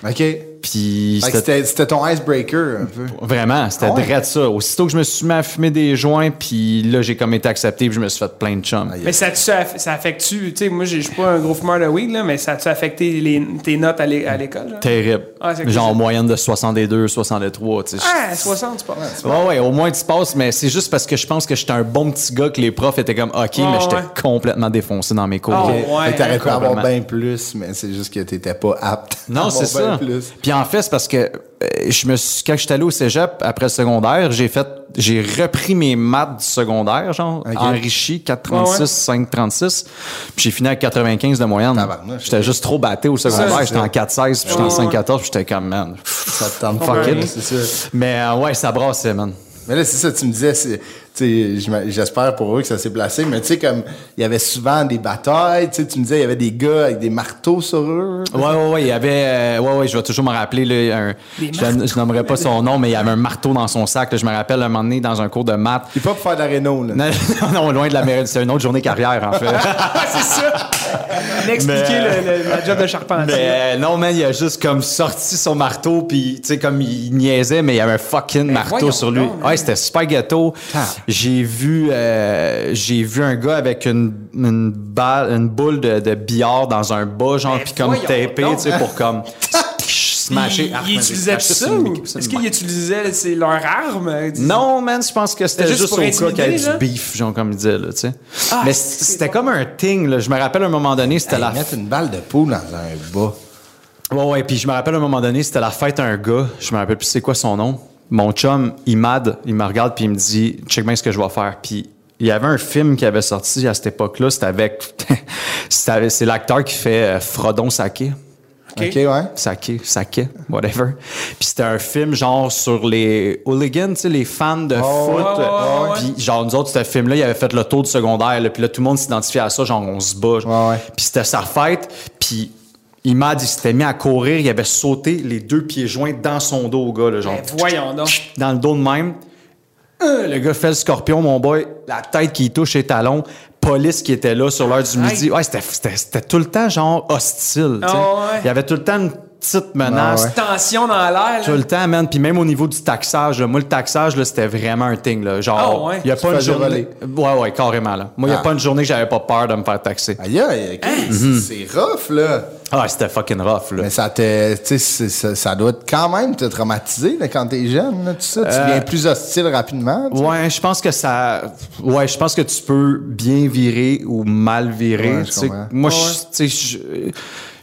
S3: OK. Fait
S4: Puis
S3: que c'était- c'était ton icebreaker, un peu.
S4: Vraiment, c'était
S3: Ah ouais?
S4: direct ça. Aussitôt que je me suis mis à fumer des joints, puis là, j'ai comme été accepté, puis je me suis fait plein de chums.
S3: Aïe.
S2: Mais ça, te- ça, ça affecte-tu, tu sais, moi, j'ai- je suis pas un gros fumeur de weed, là, mais ça a-tu affecté les- tes notes à l'é- à l'école? genre?
S4: Terrible.
S2: Ah, c'est
S4: Genre
S2: cool, ça.
S4: moyenne de 62, 63, tu sais.
S2: Ah, 60, tu penses?
S4: Ouais, ouais, au moins tu passes, mais c'est juste parce que je pense que j'étais un bon petit gars que les profs étaient comme OK,
S2: Ah, Ouais,
S4: mais j'étais
S2: ouais.
S4: complètement défoncé dans mes cours.
S2: Ah,
S4: là.
S2: ouais.
S3: Fait que t'aurais pu avoir
S4: complètement.
S3: bien plus, mais c'est juste que t'étais pas apte. à
S2: Ah,
S4: Non,
S3: avoir
S4: c'est
S3: ben
S4: ça.
S3: plus.
S4: Puis en fait, c'est parce que euh, je me suis, quand j'étais allé au cégep après le secondaire, j'ai fait, j'ai repris mes maths du secondaire, genre enrichi 436, 536, puis j'ai fini à 95 de moyenne.
S3: Tabarnouche.
S4: J'étais juste trop batté au
S2: Ça,
S4: secondaire,
S2: c'est
S4: j'étais en 416, puis j'étais en
S2: Ouais, ouais.
S4: 514, puis j'étais comme man.
S3: Ça te tente
S4: Fuck
S3: pas,
S4: it.
S3: c'est sûr.
S4: Mais euh, ouais, ça brassait, man.
S3: Mais là, c'est ça, tu me disais, c'est- tu sais, j'ma- j'espère pour eux que ça s'est placé, mais tu sais, comme, il y avait souvent des batailles, tu sais, tu me disais, il y avait des gars avec des marteaux sur eux.
S4: Ouais, ouais, ouais, il y avait, euh, ouais, ouais, je vais toujours me rappeler, là, un- je, je nommerai pas son nom, mais il y avait un marteau dans son sac, là, je me rappelle un moment donné dans un cours de maths,
S3: Et pas pour faire de la réno, là.
S4: Non, non, non, loin de la mairie. C'est une autre journée carrière, en fait.
S2: Ah, c'est ça! L'expliquer
S4: Mais-
S2: le, le- la job de charpentier.
S4: mais euh, non, man, il a juste comme sorti son marteau, puis tu sais, comme il niaisait, mais il y avait un fucking marteau
S2: Ben, voyons
S4: sur lui.
S2: donc, man.
S4: ouais, c'était super gâteau. J'ai vu, euh, j'ai vu un gars avec une, une, balle, une boule de, de billard dans un bas, genre,
S2: Mais
S4: puis comme
S2: Ben, voyons
S4: tapé,
S2: donc.
S4: tu sais, pour comme smasher.
S2: Il-
S4: Ah,
S2: Il
S4: mais
S2: utilisait
S4: j'ai
S2: tout ça
S4: smaché
S2: ou
S4: une Mickey Mouse.
S2: est-ce qu'il utilisait c'est leur arme? euh, dis-
S4: Non, man, je pense que c'était
S2: Juste
S4: juste,
S2: pour
S4: au cas qu'il y ait
S2: intimider, là?
S4: du beef, genre, comme il disait, là, tu sais.
S2: Ah,
S4: Mais
S2: c'est
S4: c'était
S2: bon.
S4: comme un thing, là. Je me rappelle, à un moment donné, c'était la...
S3: Hey, mettre une balle de poule dans un bas.
S4: Ouais, ouais, puis je me rappelle, à un moment donné, c'était la fête à un gars. Je me rappelle plus c'est quoi son nom. Mon chum, il m'aide, il me regarde, puis il me dit, check bien ce que je vais faire. Puis il y avait un film qui avait sorti à cette époque-là. C'était avec... c'était avec- c'est l'acteur qui fait euh, Frodon Saké.
S3: OK, ouais.
S2: Hein?
S4: Saké, Saké, whatever. Puis c'était un film genre sur les hooligans, tu sais, les fans de foot.
S2: ouais, ouais, ouais.
S4: Puis genre, nous autres, ce film-là, il avait fait le tour du secondaire. là. Puis là, tout le monde s'identifiait à ça, genre, on se bat.
S3: Ouais, ouais.
S4: Puis c'était sa fête. Puis il m'a dit, il s'était mis à courir. Il avait sauté les deux pieds joints dans son dos au gars, là, genre,
S2: Ben, voyons donc.
S4: dans le dos de même. Euh, Le gars fait le scorpion, mon boy. La tête qui touche les talons. Police qui était là sur l'heure du midi. Ouais, c'était- c'était c'était tout le temps genre hostile. tu sais.
S2: Ah ouais.
S4: Il y avait tout le temps une petite menace.
S3: Ah ouais.
S2: Tension dans l'air. là.
S4: Tout le temps, man. Puis même au niveau du taxage, là, moi, le taxage, là, c'était vraiment un thing. Là.
S2: Ah
S4: Genre,
S2: ouais?
S4: il y a
S3: Tu
S4: pas
S3: te
S4: une
S3: faisais
S4: journée. Ouais, ouais, carrément. Là. Moi, il y a
S3: Ah.
S4: pas une journée que j'avais pas peur de me faire taxer.
S3: Aïe, aïe, ok,
S4: Hein?
S3: c'est c'est rough, là.
S4: Ah, c'était fucking rough. Là.
S3: Mais ça te. Tu sais, c'est- ça, ça doit être quand même te traumatiser là, quand t'es jeune, là, tout ça. Tu
S2: Euh,
S3: deviens plus hostile rapidement. tu sais.
S4: Ouais, je pense que ça. Ouais, je pense que tu peux bien virer ou mal virer.
S3: Ouais, je
S4: tu sais.
S3: comprends.
S4: moi, je- tu sais, je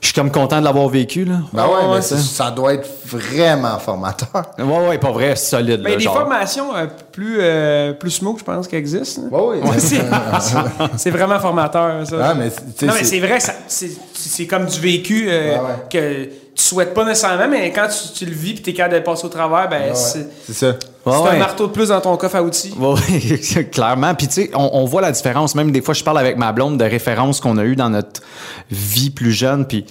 S4: je suis comme content de l'avoir vécu. Là.
S3: Ben ouais,
S2: Ouais,
S3: mais
S2: ouais,
S3: ça. ça doit être vraiment formateur.
S4: Ouais, ouais, pas vrai, solide.
S2: Mais il y a
S4: là,
S2: Ben, des
S4: genre.
S2: formations euh, plus, euh, plus smoke, je pense, qui existent. là.
S3: Ouais, ouais.
S2: C'est c'est vraiment formateur, ça.
S3: Ah, mais c'est- tu sais,
S2: non, mais
S3: c'est-
S2: c'est vrai, que ça- c'est- c'est comme du vécu euh,
S3: Ouais, ouais.
S2: que tu souhaites pas nécessairement, mais quand tu, tu le vis et t'es capable de le passer au travers, ben, c'est
S3: C'est ça.
S4: Ouais,
S2: c'est un
S4: ouais.
S2: marteau de plus dans ton coffre à outils.
S4: Ouais, ouais, clairement. Puis tu sais, on, on voit la différence. Même des fois, je parle avec ma blonde de références qu'on a eues dans notre vie plus jeune. Puis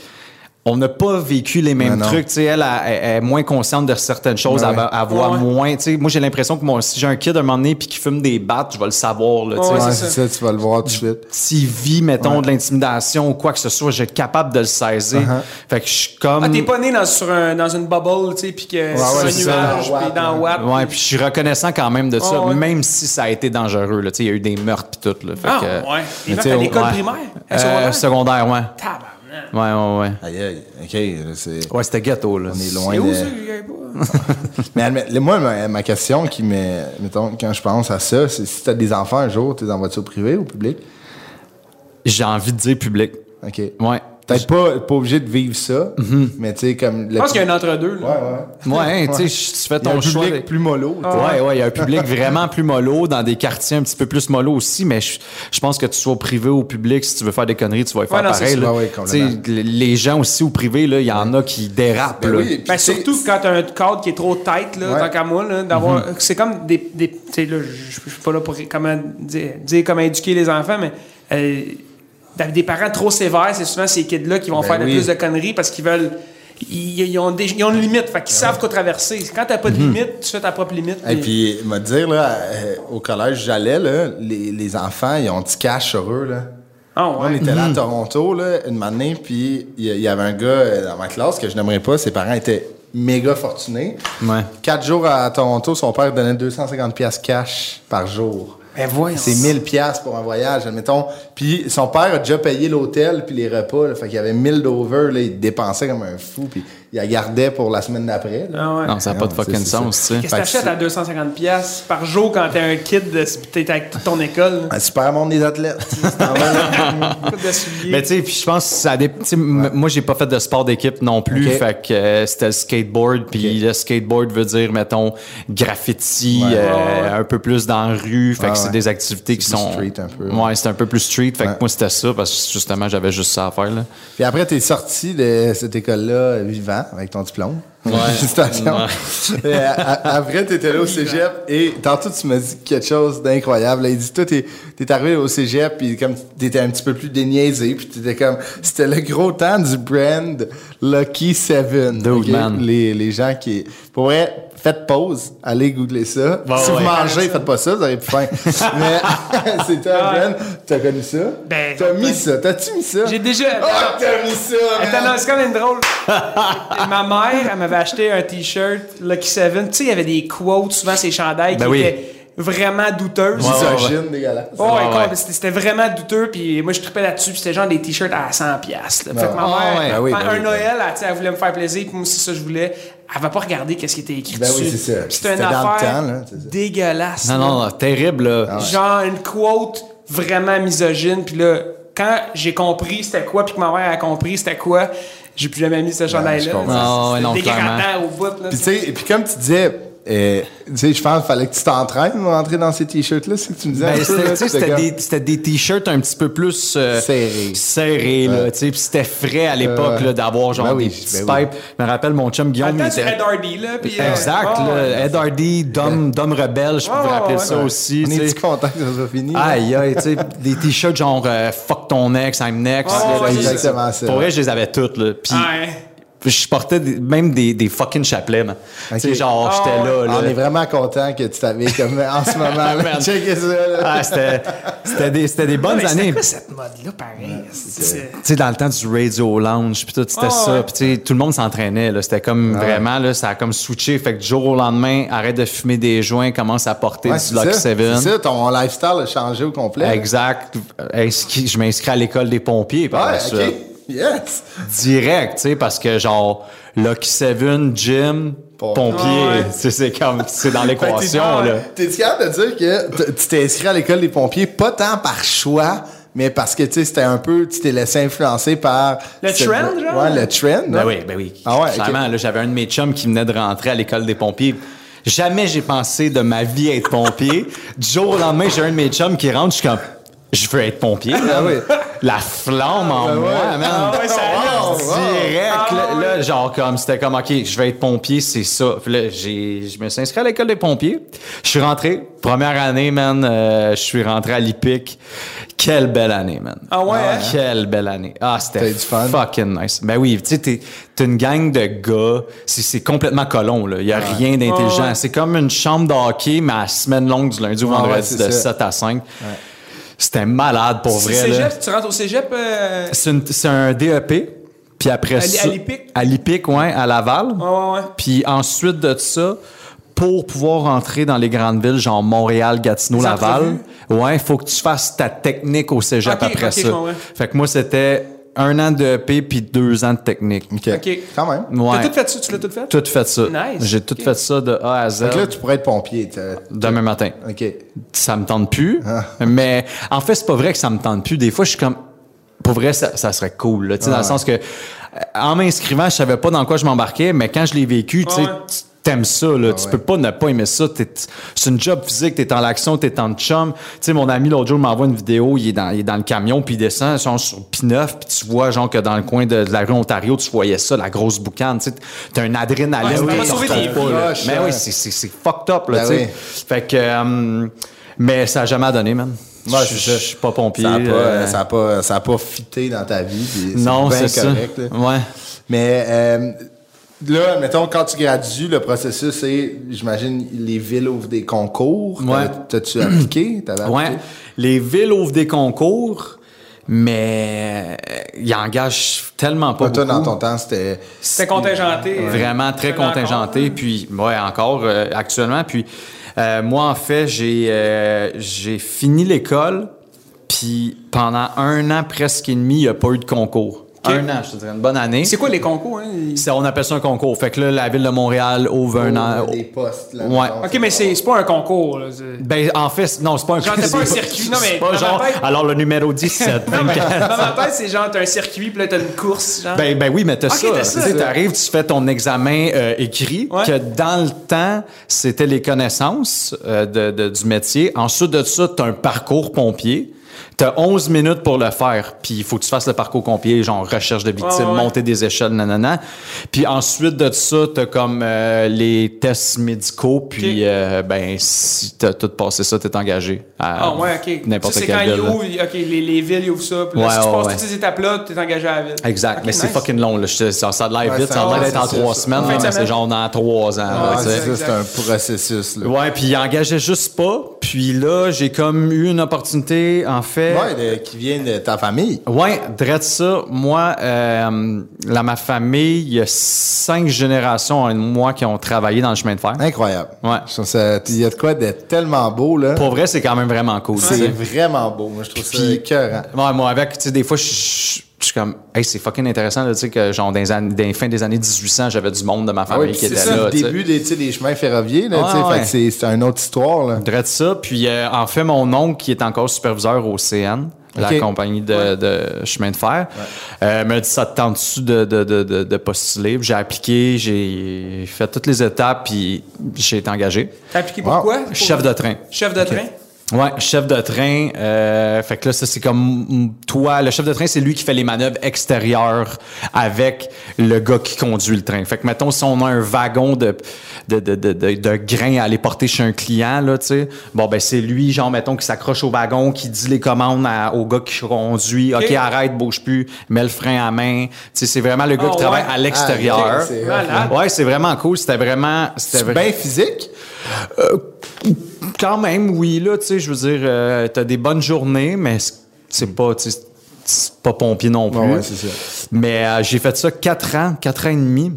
S4: on n'a pas vécu les mêmes
S3: Ben Non, non.
S4: trucs. Tu sais, elle, elle- elle est moins consciente de certaines choses.
S3: Ouais,
S4: Elle, va- elle voit
S2: Ouais, ouais.
S4: moins. Tu sais, moi, j'ai l'impression que moi, si j'ai un kid à un moment donné puis qui fume des battes, je vais le savoir. Là, tu sais.
S2: Ouais,
S3: Ouais,
S2: c'est
S3: c'est ça. tu vas le voir tout de suite.
S4: S'il vit, mettons, de l'intimidation ou quoi que ce soit, je vais être capable de le saisir.
S3: Uh-huh.
S4: Fait que je suis comme.
S2: Ah, t'es pas né dans, sur un- dans une bubble, tu sais, puis que sur
S3: Mm. ouais,
S2: un
S3: c'est ça,
S2: nuage,
S3: dans
S2: puis
S3: Watt,
S2: dans
S3: ouais.
S2: Watt.
S4: Ouais, puis je suis reconnaissant quand même de ça,
S2: Ah, ouais.
S4: même si ça a été dangereux. là. Tu sais, Il y a eu des meurtres puis tout. Là. Fait
S2: Ah,
S4: que-
S2: ouais. Des
S4: Mais
S2: meurtres
S4: tu sais,
S2: à l'école
S4: ouais.
S2: primaire? À
S4: Euh,
S2: secondaire?
S4: secondaire, ouais.
S2: Tabarnak.
S4: Ouais, ouais, ouais.
S3: Aïe, aïe, ok, là, c'est.
S4: Ouais, c'était ghetto, là.
S3: On est loin
S2: Et
S3: de.
S2: où ça, j'y arrive pas?
S3: Mais admet- moi, ma, ma question qui me. Mettons, quand je pense à ça, c'est si t'as des enfants un jour, t'es en voiture privée ou publique?
S4: J'ai envie de dire public.
S3: OK.
S4: Ouais.
S3: Peut-être pas, pas obligé de vivre ça, mais tu sais, comme.
S2: Mm-hmm. Je pense qu'il y a un entre-deux, là.
S4: Ouais, hein, tu sais, tu fais
S3: Il y a
S4: ton
S3: un
S4: choix.
S3: public plus mollo. tu sais.
S2: Ah.
S4: Ouais, ouais, il y a un public vraiment plus mollo, dans des quartiers un petit peu plus mollo aussi, mais je, je pense que tu sois au privé ou au public, si tu veux faire des conneries, tu vas y faire
S2: Ouais, non, c'est
S4: pareil.
S2: sûr.
S4: là.
S3: Ah ouais, complètement.
S4: Tu sais, l- les gens aussi au privé, là, il y en a qui dérapent.
S3: Ben
S4: là.
S3: oui, puis
S2: Ben,
S3: tu sais,
S2: surtout quand t'as un cadre qui est trop tight, là,
S3: Ouais. Mm-hmm.
S2: tant qu'à moi, là, d'avoir. C'est comme des. des tu sais, là, je je suis pas là pour comment dire, dire comment éduquer les enfants, mais. euh, d'avoir des parents trop sévères, c'est souvent ces kids-là qui vont
S3: Ben
S2: faire le
S3: oui.
S2: plus de conneries parce qu'ils veulent. Ils, ils ont des, ils ont une limite, fait qu'ils savent quoi traverser. Quand t'as pas de limite, tu fais ta propre limite.
S3: Mm-hmm. Et
S2: puis-
S3: puis, me dire, là, euh, au collège, j'allais, là, les, les enfants, ils ont du cash sur eux, là.
S2: Ah,
S3: Moi, on
S2: ouais.
S3: était là
S4: Hmm.
S3: à Toronto, là, une matinée, puis il y, il y avait un gars euh, dans ma classe que je n'aimerais pas. Ses parents étaient méga fortunés.
S4: Ouais.
S3: Quatre jours à Toronto, son père donnait 250 pièces cash par jour.
S2: Ben, voyons.
S3: C'est 1000 pièces pour un voyage, admettons. Puis son père a déjà payé l'hôtel puis les repas, là, fait qu'il y avait 1000 d'over, là, il dépensait comme un fou, puis il la gardait pour la semaine d'après. là.
S2: Ah, ouais.
S4: Non, ça n'a pas de
S3: Non, c'est-
S4: fucking
S3: c'est ça.
S4: sens, tu sais.
S2: Qu'est-ce que t'achètes à 250$ piastres par jour quand t'es un kid, de- t'es avec toute ton école? là?
S3: Un super monde des athlètes. C'est quand même-
S2: Coupe de souliers.
S4: Mais tu sais, puis je pense que ça dé- tu sais, m- Moi, j'ai pas fait de sport d'équipe non plus.
S3: Ok.
S4: Fait que euh, c'était le skateboard. Puis le skateboard veut dire, mettons, graffiti,
S3: Ouais.
S4: euh,
S2: Ouais, ouais.
S4: un peu plus dans la rue. Fait
S3: Ouais,
S4: que c'est
S3: ouais.
S4: des activités qui
S3: plus
S4: sont.
S3: street un peu.
S4: Ouais, c'est un peu plus street. Fait
S3: Ouais.
S4: que moi, c'était ça parce que justement, j'avais juste ça à faire. Là.
S3: Puis après, t'es sorti de cette école-là euh, vivant avec ton diplôme. Félicitations. Et a- a- après, t'étais là au cégep et tantôt, tu m'as dit quelque chose d'incroyable. Là, Il dit, toi, t'es t'es arrivé au cégep puis comme t'étais un petit peu plus déniaisé puis t'étais comme, c'était le gros temps du brand Lucky Seven.
S4: Dude,
S3: OK?
S4: man.
S3: Les, les gens qui, pour vrai, faites pause, allez googler ça.
S4: Bah,
S3: si
S4: ouais.
S3: vous mangez, faites pas ça, vous avez plus faim. Mais c'était un brand, t'as connu ça?
S2: Ben,
S3: t'as mis ça, t'as-tu mis ça?
S2: J'ai déjà.
S3: Ah, t'as mis ça,
S2: Attends,
S3: man.
S2: non, c'est quand même drôle. Et ma mère, elle m'avait acheté un t-shirt Lucky Seven. Tu sais, il y avait des quotes, souvent ces chandails
S4: Ben
S2: qui
S4: oui.
S2: étaient vraiment douteuse.
S4: Ouais, ouais,
S3: Misogyne, dégueulasse.
S2: Oh,
S4: Ouais,
S2: écoute,
S4: ouais.
S2: C'était c'était vraiment douteux, puis moi je tripais là-dessus, puis c'était genre des t-shirts à 100$. piastres, là. Fait que ma
S4: Ah,
S2: mère,
S4: ouais.
S3: Ben oui, ben
S2: un
S3: oui, ben
S2: Noël, elle, tu sais, elle voulait me faire plaisir, puis moi aussi ça je voulais. Elle va pas regarder qu'est-ce qui était écrit
S3: Ben oui,
S2: dessus.
S3: c'est ça.
S2: Puis C'était une
S3: C'était dans le
S2: affaire
S3: temps, là, c'est ça.
S2: dégueulasse.
S4: Non,
S2: là.
S4: non, non, terrible. là.
S3: Ah
S2: Genre une quote vraiment misogyne, puis là, quand j'ai compris c'était quoi, puis que ma mère a compris c'était quoi, j'ai plus jamais mis ce
S3: je
S2: chandail-là.
S3: comprends.
S4: Ah, ouais, non,
S2: C'était dégradant
S4: clairement.
S2: au bout, là.
S3: Puis tu sais, et puis comme tu disais, euh, tu sais, je pense qu'il fallait que tu t'entraînes pour entrer dans ces t-shirts-là, c'est que tu me disais. un peu,
S4: Ben, c'était
S3: là,
S4: tu sais,
S3: c'était
S4: c'était
S3: comme-
S4: des, c'était des t-shirts un petit peu plus euh,
S3: Serrés.
S4: serrés, là, tu sais, puis c'était frais à l'époque
S3: ouais.
S4: là, d'avoir genre
S3: Ben oui,
S4: des petites
S3: ben oui.
S4: pipes. Je me rappelle mon chum Guillaume,
S2: Attends,
S4: il
S2: c'est
S4: était-
S2: Ed Hardy, là, puis... euh,
S4: Exact,
S2: bon,
S4: là, Ed Hardy, Dom, Dom Rebelle, je peux
S2: Ouais,
S4: vous
S2: ouais,
S4: rappeler
S2: ouais.
S4: ça aussi.
S3: On
S4: tu sais.
S3: est-tu content que ça soit fini? là?
S4: Aïe, aïe, tu sais, des t-shirts genre euh, fuck ton ex, I'm next.
S2: Ouais,
S4: là,
S2: ouais,
S4: puis-
S3: exactement ça.
S4: Pour vrai, je les avais toutes, là. Puis
S2: Ouais.
S4: je portais des- même des, des fucking chapelets, man. Tu sais, genre,
S2: Ah,
S4: j'étais là,
S2: ouais.
S4: là.
S3: On est vraiment content que tu t'avais comme en ce moment. là.
S4: Man.
S3: Check ça. là.
S4: Ah, c'était c'était des, c'était des
S2: Ah,
S4: bonnes
S2: mais c'était
S4: années.
S2: quoi cette mode-là, pareil? C'est- c'est-
S4: tu sais, dans le temps du Radio Lounge, puis tout, c'était
S2: Ah,
S4: ça.
S2: ouais.
S4: Puis, tu sais, tout le monde s'entraînait, là. C'était comme
S3: Ah,
S4: vraiment, là, ça a comme switché. Fait que du jour au lendemain, arrête de fumer des joints, commence à porter
S3: Ouais,
S4: du
S3: c'est
S4: Lock
S3: ça.
S4: 7.
S3: C'est ça, ton lifestyle a changé au complet.
S4: Exact. Inscrit- je m'inscris à l'école des pompiers par
S3: Ouais,
S4: la
S3: ok.
S4: suite.
S3: Yes.
S4: Direct, tu sais, parce que genre, Lucky Seven, gym,
S3: Pom-
S4: pompier,
S2: Ouais.
S4: tu sais, c'est comme, c'est dans l'équation,
S2: Ouais.
S4: là.
S3: T'es-tu capable de dire que t- tu t'es inscrit à l'école des pompiers, pas tant par choix, mais parce que, tu sais, c'était un peu, tu t'es laissé influencer par...
S2: Le
S3: cette-
S2: trend, genre?
S3: Ouais, le trend.
S4: Ben
S3: là.
S4: oui, ben oui.
S3: Ah ouais, ok.
S4: Clairement, là, j'avais un de mes chums qui venait de rentrer à l'école des pompiers. Jamais j'ai pensé de ma vie être pompier. Du jour au lendemain, j'ai un de mes chums qui rentre, je suis comme, je veux être pompier.
S3: Ah oui.
S4: La flamme en moi, man.
S2: Ah ouais, ça reste.
S4: Direct,
S2: Ah
S4: là,
S2: ouais.
S4: là, genre comme, c'était comme, OK, je vais être pompier, c'est ça. Puis là, j'ai, je me suis inscrit à l'école des pompiers. Je suis rentré, première année, man, euh, je suis rentré à l'IPIC. Quelle belle année, man.
S2: Ah ouais, hein?
S4: Quelle belle année. Ah,
S3: T'as
S4: c'était
S3: eu du fun?
S4: fucking nice. Ben oui, tu sais, t'es t'es une gang de gars, c'est- c'est complètement colon, là. Y a rien d'intelligent.
S2: Ah Ouais, ouais.
S4: C'est comme une chambre de hockey, mais à semaine longue du lundi au
S3: Ah Ouais, ouais,
S4: vendredi
S3: c'est
S4: de
S3: ça.
S4: 7 à 5. C'était malade pour
S2: c'est
S4: vrai, là.
S2: cégep, tu rentres au cégep... euh,
S4: C'est une- c'est un DEP. Puis après
S2: À-
S4: ça.
S2: à l'IPIC?
S4: À l'IPIC, ouais, à Laval.
S2: Ouais, ouais, Ah ouais.
S4: Puis ensuite de ça, pour pouvoir entrer dans les grandes villes, genre Montréal, Gatineau,
S2: Les
S4: Laval,
S2: entrevues?
S4: ouais, il faut que tu fasses ta technique au cégep
S2: Ok,
S4: après
S2: ok, je
S4: ça.
S2: comprends.
S4: Fait que moi, c'était un an de E EP puis deux ans de technique.
S2: OK.
S3: Quand même.
S4: Ouais.
S2: T'as tout fait ça? Tu l'as tout fait?
S4: Tout fait ça.
S2: Nice.
S4: J'ai tout
S2: Ok.
S4: fait ça de A à Z.
S3: Donc là, tu pourrais être pompier. t'as-
S4: Demain matin.
S3: OK.
S4: Ça me tente plus. Mais en fait, c'est pas vrai que ça me tente plus. Des fois, je suis comme. Pour vrai, ça, ça serait cool. Là, Tu sais, dans le sens que euh, en m'inscrivant, je savais pas dans quoi je m'embarquais, mais quand je l'ai vécu, tu sais,
S2: Ah Ouais.
S4: tu t'aimes ça. Là. tu peux pas ne pas aimer ça. T'es- C'est une job physique, t'es en l'action, t'es en chum. Tu sais, mon ami l'autre jour m'envoie une vidéo, il est dans, il est dans le camion, puis il descend genre, sur P9, puis tu vois genre que dans le coin de, de la rue Ontario, tu voyais ça, la grosse boucane. Tu sais, t'as un
S2: Ouais,
S4: adrénaline.
S2: ça
S4: que
S2: va
S4: t'en
S2: sauver des
S4: retrouves pas, là.
S3: vies.
S4: mais oui, c'est- c'est c'est fucked up. Là,
S3: Ben
S4: tu sais.
S3: oui.
S4: Fait que. euh, mais ça a jamais donné, man.
S3: Ouais,
S4: je,
S3: c'est
S4: je-
S3: ça.
S4: je suis pas pompier.
S3: Ça n'a pas,
S4: euh,
S3: euh, ça a pas, ça a pas fité dans ta vie. puis
S4: non,
S3: bien
S4: c'est ça.
S3: correct, là.
S4: Ouais.
S3: Mais euh, là, mettons, quand tu gradues, le processus, c'est, j'imagine, les villes ouvrent des concours.
S4: Ouais.
S3: T'as- T'as-tu appliqué? T'avais
S4: Ouais.
S3: appliqué?
S4: Les villes ouvrent des concours, mais euh, ils engagent tellement pas
S3: Pas toi, dans
S4: beaucoup.
S3: ton temps, c'était...
S2: C'était contingenté. euh,
S4: Vraiment très
S2: Vraiment hein.
S4: contingenté. Puis, ouais, encore euh, actuellement. Puis, euh, moi, en fait, j'ai euh, j'ai fini l'école. Puis, pendant un an presque et demi, il n'y a pas eu de concours.
S2: Ok.
S4: Un an, je te dirais, une bonne année.
S2: C'est quoi les concours? Hein? Ils-
S4: Ça, on appelle ça un concours. Fait que là, la ville de Montréal ouvre un an.
S3: Des postes, là.
S4: Ouais.
S3: mettons,
S2: OK, mais c'est c'est pas un concours. là, c'est-
S4: Ben, en fait, c'est- non, c'est pas un
S2: Genre, t'as pas un circuit, non, mais
S4: C'est pas
S2: dans
S4: genre,
S2: ma tête-
S4: alors le numéro 17,
S2: Non, mais
S4: 24.
S2: dans ma tête, c'est genre, t'as un circuit, puis là, t'as une course. Genre.
S4: Ben, ben oui, mais t'as
S2: Ok, t'as
S4: ça.
S2: ça.
S4: Tu sais, T'arrives, tu fais ton examen euh, écrit,
S2: Ouais.
S4: que dans le temps, c'était les connaissances euh, de, de- du métier. Ensuite de ça, t'as un parcours pompier. T'as 11 minutes pour le faire, puis il faut que tu fasses le parcours pompier, genre recherche de victimes,
S2: Ouais, ouais.
S4: monter des échelles, nanana. Puis ensuite de ça, t'as comme euh, les tests médicaux, puis
S2: Ok.
S4: euh, ben si t'as tout passé ça, t'es engagé à
S2: ah ouais, ok.
S4: n'importe
S2: Ça,
S4: quelle
S2: c'est quand ils
S4: ville, là.
S2: ouvrent, ils- ok, les, les villes ils ouvrent ça. Puis là,
S4: Ouais,
S2: si tu
S4: ouais,
S2: passes
S4: ouais.
S2: toutes ces étapes-là, t'es engagé à la ville.
S4: Exact,
S2: Ok,
S4: mais c'est
S2: nice.
S4: fucking long. Là. Je- Ça, ça a de l'air
S3: Ouais,
S4: vite,
S3: ça-
S4: ça a de l'air
S3: ouais,
S4: d'être en
S3: c'est
S4: trois
S3: ça.
S4: semaines,
S2: En fin de
S4: mais c'est
S2: semaine.
S4: genre dans trois ans. là,
S3: Ah,
S4: tu sais.
S3: c'est ça, c'est un processus, là.
S4: Ouais, puis il engageait juste pas. Puis là, j'ai comme eu une opportunité, en fait.
S3: Ouais, de- qui vient de ta famille.
S4: Ouais, drette ça. Moi, euh, la- ma famille, il y a cinq générations en moi qui ont travaillé dans le chemin de fer.
S3: Incroyable.
S4: Ouais.
S3: Je trouve ça- Il y a de quoi d'être tellement beau, là.
S4: Pour vrai, c'est quand même vraiment cool. tu
S3: C'est
S4: sais.
S3: vraiment beau. Moi, je trouve ça
S4: Puis-
S3: écœurant.
S4: Ouais, moi, avec, tu sais, des fois, je- je je suis comme, hey, c'est fucking intéressant, là, tu sais, que genre, dans les, années- dans les fins des années 1800, j'avais du monde de ma
S3: Ouais,
S4: famille
S3: Ah puis
S4: qui
S3: c'est
S4: était
S3: ça,
S4: là.
S3: le
S4: tu sais.
S3: début des, tu sais, des chemins ferroviaires, là,
S4: Ouais,
S3: tu sais, fait
S4: ouais.
S3: que c'est- c'est une autre histoire, là.
S4: Drette ça. Puis, euh, en fait, mon oncle, qui est encore superviseur au CN,
S3: Ok.
S4: la compagnie de, de chemin de fer, euh, m'a dit ça te tente dessus de, de, de, de, de postuler. Puis J'ai appliqué, j'ai fait toutes les étapes, puis j'ai été engagé.
S2: T'as appliqué pourquoi? Pour-
S4: Chef de train.
S2: Chef de train?
S4: Ouais, chef de train. euh, fait que là, ça, c'est comme mm, toi. Le chef de train, c'est lui qui fait les manœuvres extérieures avec le gars qui conduit le train. Fait que, mettons, si on a un wagon de, de, de, de, de, de grains à aller porter chez un client, là, tu sais, bon, ben, c'est lui, genre, mettons, qui s'accroche au wagon, qui dit les commandes à- au gars qui conduit. OK,
S2: Ok.
S4: arrête, bouge plus, mets le frein à main. Tu sais, c'est vraiment le gars
S2: Ah,
S4: qui travaille
S2: ouais.
S4: à l'extérieur.
S3: Ah, ok, c'est-
S2: Malade.
S4: ouais, c'est vraiment cool. C'était vraiment. C'était
S3: C'est
S4: vra-
S3: bien physique.
S4: quand même, oui, là, tu sais, je veux dire, euh, t'as des bonnes journées, mais c'est- c'est pas, tu sais, c'est pas pompier non plus.
S3: Ouais, ouais, c'est ça.
S4: Mais euh, j'ai fait ça quatre ans, quatre ans et demi.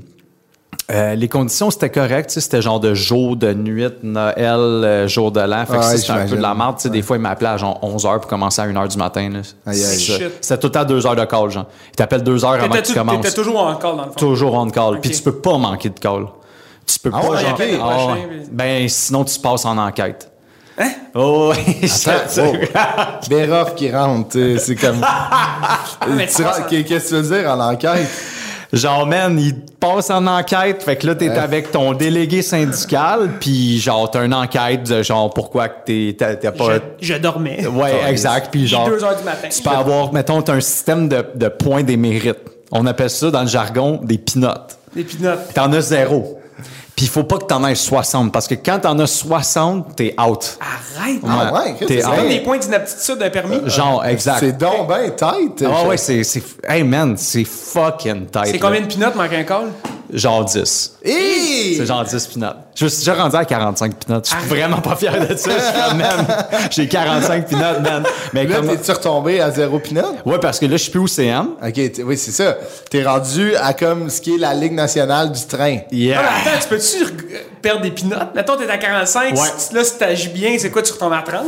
S4: Euh, les conditions, c'était correct. tu sais, C'était genre de jour, de nuit, Noël, euh, jour de l'an. Fait que
S3: Ouais,
S4: ça, c'était un peu
S3: j'imagine.
S4: de la merde. tu sais, Des fois, ils m'appelaient à genre 11h pour commencer à 1h du matin. là.
S3: Aïe, aïe.
S4: C'est-
S2: Shit.
S4: C'était tout le temps 2h de call, genre. Ils t'appellent 2h avant
S2: T'étais
S4: que tu
S2: tu-
S4: commences.
S2: T'étais toujours en call, dans le fond.
S4: Toujours on call. Puis
S2: Ok.
S4: tu peux pas manquer de call. Tu peux pas
S3: ouais,
S4: genre-
S3: ok, le
S4: Ah
S2: prochain,
S4: ouais.
S2: puis-
S4: Ben sinon tu passes en enquête. Hein? Oh, ouais, je t'assure.
S3: Wow. Béroff qui rentre, tu sais, c'est comme.
S2: mais
S3: Tu rentres- Qu'est- Qu'est-ce que tu veux dire en enquête?
S4: Genre, man, il passe en enquête. Fait que là, t'es avec ton délégué syndical, puis genre, t'as une enquête de genre pourquoi que t'es t'as- t'as pas.
S2: Je, je dormais.
S4: Ouais, exact. Puis
S2: Il est
S4: genre.
S2: 2 heures du matin.
S4: Tu peux avoir, mettons, t'as un système de, de points des mérites. On appelle ça dans le jargon des pinottes.
S2: Des pinottes.
S4: T'en as zéro. Puis il faut pas que t'en aies 60, parce que quand t'en as 60, t'es out.
S2: Arrête!
S3: Ah ouais, Chris,
S4: T'es
S3: c'est
S4: en-
S2: Comme
S3: bien-
S2: des points d'inaptitude d'un permis.
S4: Genre, exact.
S3: Euh, C'est donc ben tight.
S4: Ah
S3: Je-
S4: ouais, c'est, c'est. Hey man, c'est fucking tight.
S2: C'est
S4: là.
S2: combien de pinottes manque un call?
S4: Genre 10.
S3: Hey!
S4: C'est genre 10 pinottes. Je me suis déjà rendu à 45 pinottes.
S2: Ah.
S4: Je suis vraiment pas fier de ça. Je suis comme, man, j'ai 45 pinottes, man. Mais
S3: Là,
S4: comme.
S3: t'es-tu retombé à zéro pinot?
S4: Ouais, parce que là, je suis plus au CM.
S3: Ok, t- oui, c'est ça. T'es rendu à comme ce qui est la Ligue nationale du train.
S4: Yeah.
S2: Ah, mais attends, tu peux-tu reg- perdre des pinottes? Mettons, t'es à 45,
S4: Ouais.
S2: si- là, si t'agis bien, c'est quoi, tu retombes à 30?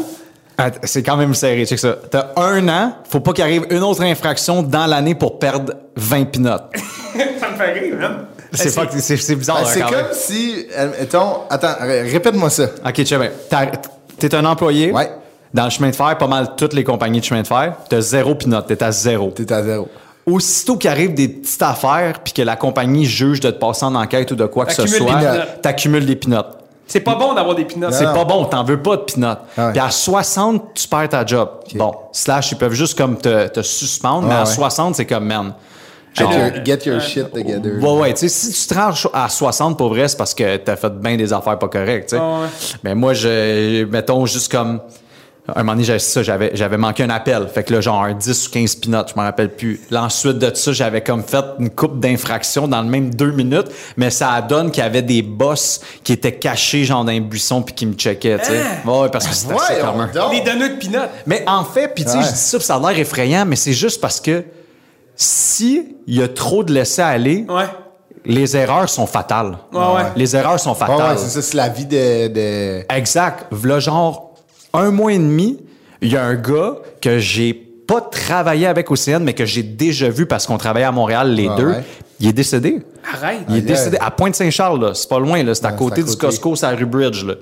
S4: Att- C'est quand même serré, check ça. T'as un an, faut pas qu'il arrive une autre infraction dans l'année pour perdre 20 pinottes.
S2: Ben, Ça me fait rire, hein?
S4: C'est,
S2: pas
S4: fuck- c'est, c'est bizarre,
S3: Ben,
S4: hein,
S3: c'est
S4: quand
S3: comme
S4: même.
S3: si. euh, Mettons, attends, ré- répète-moi ça.
S4: OK, tu sais bien. T'as- T'es un employé.
S3: Ouais.
S4: Dans le chemin de fer, pas mal toutes les compagnies de chemin de fer. T'as zéro pinote. T'es à zéro.
S3: T'es à zéro.
S4: Aussitôt qu'il arrive des petites affaires puis que la compagnie juge de te passer en enquête ou de quoi que ce
S2: T'accumules
S4: soit,
S2: des pinottes.
S4: t'accumules des pinotes.
S2: C'est pas bon d'avoir des pinottes.
S4: C'est
S3: non.
S4: pas bon, t'en veux pas de pinotes.
S3: Ah ouais.
S4: Puis à 60, tu perds ta job. Bon, slash, ils peuvent juste comme te, te suspendre, mais
S3: Ah
S4: à
S3: ouais.
S4: 60, c'est comme, man.
S3: Get
S4: genre-
S3: your, get your shit together.
S4: Ouais, ouais, tu sais, si tu te rends à 60 pour vrai, c'est parce que t'as fait bien des affaires pas correctes, tu sais.
S2: Ah ouais.
S4: Mais moi, je, mettons, juste comme, un moment donné, j'avais ça, j'avais, j'avais manqué un appel. Fait que là, genre, un 10 ou 15 pinottes, je m'en rappelle plus. Là, ensuite de ça, j'avais comme fait une coupe d'infractions dans le même deux minutes, mais ça donne qu'il y avait des boss qui étaient cachés, genre, dans un buisson puis qui me checkaient, tu sais.
S2: Hein?
S4: Ouais, parce que c'était assez
S3: Voyons
S4: commun.
S3: donc.
S2: Des donneurs de pinottes.
S4: Mais en fait, puis tu sais,
S3: Ouais.
S4: je dis ça, puis ça a l'air effrayant, mais c'est juste parce que si il y a trop de laisser aller,
S2: Ouais.
S4: les erreurs sont fatales.
S2: Ouais, ouais.
S4: Les erreurs sont
S3: Ouais, ouais,
S4: fatales.
S3: c'est ça, c'est la vie de. de-
S4: exact. V'là genre un mois et demi, il y a un gars que j'ai pas travaillé avec au CN, mais que j'ai déjà vu parce qu'on travaillait à Montréal les
S3: Ouais,
S4: deux.
S3: Ah ouais.
S4: Il est décédé.
S2: Arrête.
S4: Il
S3: Aïe,
S4: est
S3: aïe.
S4: décédé à Pointe-Saint-Charles, là. C'est pas loin, là. C'est à
S3: Ouais,
S4: côté
S3: c'est à
S4: du
S3: côté.
S4: Costco, c'est à la rue Bridge, là.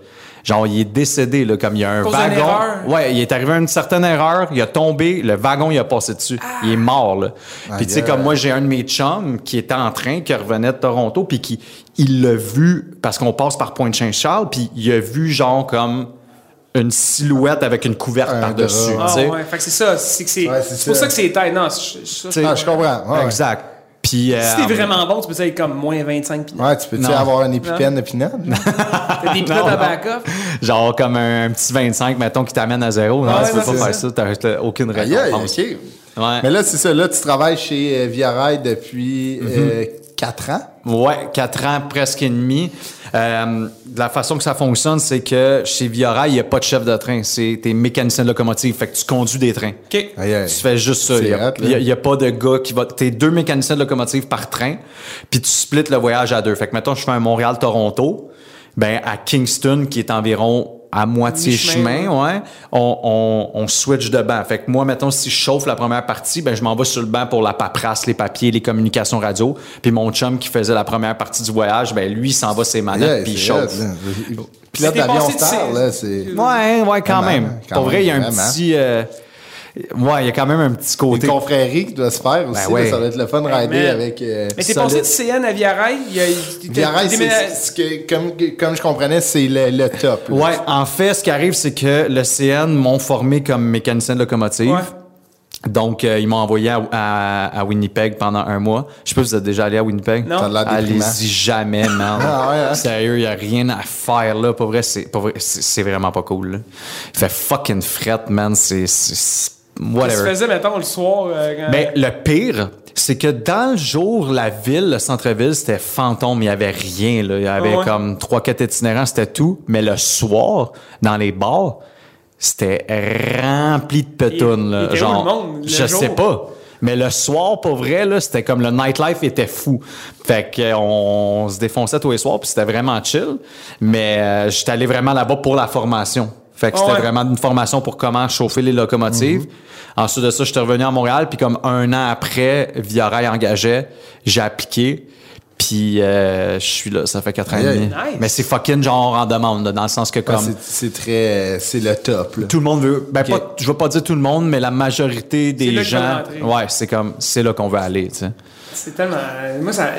S4: Genre, il est décédé, là, comme il y a un
S2: Cause d'une
S4: wagon.
S2: erreur.
S4: Ouais, il est arrivé à une certaine erreur, il a tombé, le wagon, il a passé dessus.
S2: Ah.
S4: Il est mort, là. Puis, tu sais,
S3: aïe.
S4: comme moi, j'ai un de mes chums qui était en train, qui revenait de Toronto, puis qui, il l'a vu, parce qu'on passe par Pointe-Saint-Charles, puis il a vu, genre, comme une silhouette avec une couverte
S3: Un
S4: par-dessus,
S3: drap.
S2: Ah
S4: tu sais.
S2: ouais, fait que c'est ça. C'est que c'est
S3: Ouais, c'est
S2: c'est pour
S3: ça.
S2: ça que c'est tête. Non, c'est- c'est-
S4: Tu sais.
S3: Ah, je comprends. Ouais, ouais.
S4: Exact. Puis,
S2: si
S4: euh,
S2: t'es vraiment bon, tu peux être comme moins 25 pinottes.
S3: Ouais, tu peux-tu
S4: Non.
S3: avoir une épipène de pinot?
S2: T'as des pinottes à back-off.
S4: Genre comme un, un petit 25, mettons, qui t'amène à zéro. Non,
S2: Ouais,
S4: tu peux
S2: ouais,
S4: pas
S2: c'est
S4: faire
S2: ça.
S4: ça. T'as t'as aucune
S3: Aïe, aïe,
S4: récompense.
S3: ok.
S4: Ouais. Mm-hmm.
S3: Mais là, c'est ça. Là, tu travailles chez euh, Via Rail depuis 4 4 ans.
S4: Ouais, quatre ans, presque et demi. Euh, la façon que ça fonctionne, c'est que chez Viora, il n'y a pas de chef de train. C'est t'es mécanicien de locomotive. Fait que tu conduis des trains.
S2: OK.
S3: Aïe, aïe.
S4: Tu fais juste ça.
S3: C'est
S4: Il n'y a,
S3: hot, là.
S4: il y a pas de gars qui va. T'es deux mécaniciens de locomotive par train, puis tu splits le voyage à deux. Fait que mettons, je fais un Montréal-Toronto, ben à Kingston, qui est environ à moitié
S2: Mi-chemin,
S4: chemin, ouais, on, on, on switch de banc. Fait que moi, mettons, si je chauffe la première partie, ben je m'en vais sur le banc pour la paperasse, les papiers, les communications radio. Puis mon chum qui faisait la première partie du voyage, ben lui, il s'en va ses manettes,
S3: Yeah,
S4: puis il
S3: c'est
S4: chauffe.
S3: hot, là. Pilote
S2: C'est
S3: d'avion
S2: dépassé de
S3: star,
S2: ses-
S3: là, c'est...
S4: Ouais, ouais, quand
S3: Quand
S4: même.
S3: même, quand
S4: Pour vrai, il y a
S3: même,
S4: un
S3: vraiment.
S4: petit... euh, ouais, il y a quand même un petit
S3: Une
S4: côté...
S3: confrérie qui doit se faire aussi,
S4: Ben ouais.
S3: là, ça doit être le fun de
S2: Ben,
S3: rider
S2: man.
S3: avec... euh,
S2: Mais t'es
S3: solide.
S2: passé de CN à Via Rail? il y a- il- il-
S3: Via Rail, c'est-
S2: déménag-
S3: c'est ce que- comme, comme je comprenais, c'est le, le top. là.
S4: Ouais, en fait, ce qui arrive, c'est que le CN m'ont formé comme mécanicien de locomotive. Donc, euh, ils m'ont envoyé à, à- à Winnipeg pendant un mois. Je sais pas si vous êtes déjà allé à Winnipeg.
S2: Non. Ça a
S3: l'air déprimant.
S4: Allez-y jamais, man.
S3: Ah ouais, hein?
S4: Sérieux, il a rien à faire, là. Pour vrai, c'est, pour vrai, c'est, c'est vraiment pas cool, là. Il fait fucking fret, man. C'est, c'est- c'est-
S2: Ça se
S4: whatever. Ben,
S2: faisait, mettons, le soir. euh, quand-
S4: Mais le pire, c'est que dans le jour, la ville, le centre-ville, c'était fantôme. Il y avait rien. Là. Il y avait
S2: Ah ouais?
S4: comme trois, quatre itinérants, c'était tout. Mais le soir, dans les bars, c'était rempli de pétounes.
S2: Il-
S4: là.
S2: il était où,
S4: Genre,
S2: le monde, le
S4: je
S2: jour?
S4: sais pas. Mais le soir, pour vrai, là, c'était comme le nightlife était fou. Fait qu'on se défonçait tous les soirs, puis c'était vraiment chill. Mais euh, j'étais allé vraiment là-bas pour la formation. Fait que
S2: Ah
S4: c'était
S2: ouais.
S4: vraiment une formation pour comment chauffer les
S3: Mhm.
S4: locomotives. Ensuite de ça, j'étais revenu à Montréal, puis comme un an après, Via Rail engageait, j'ai appliqué, puis euh, je suis là, ça fait quatre ans et
S3: Aïe,
S4: demi.
S2: aïe. Nice.
S4: Mais c'est fucking genre en demande, là, dans le sens que
S3: Ouais,
S4: comme...
S3: c'est- C'est très... C'est le top, là.
S4: Tout le monde veut. Ben,
S3: Ok.
S4: pas, je veux pas dire tout le monde, mais la majorité
S2: là
S4: des
S2: que
S4: gens.
S2: je veux rentrer.
S4: Ouais, c'est comme, c'est là qu'on veut aller, tu sais.
S2: C'est tellement. Moi, ça-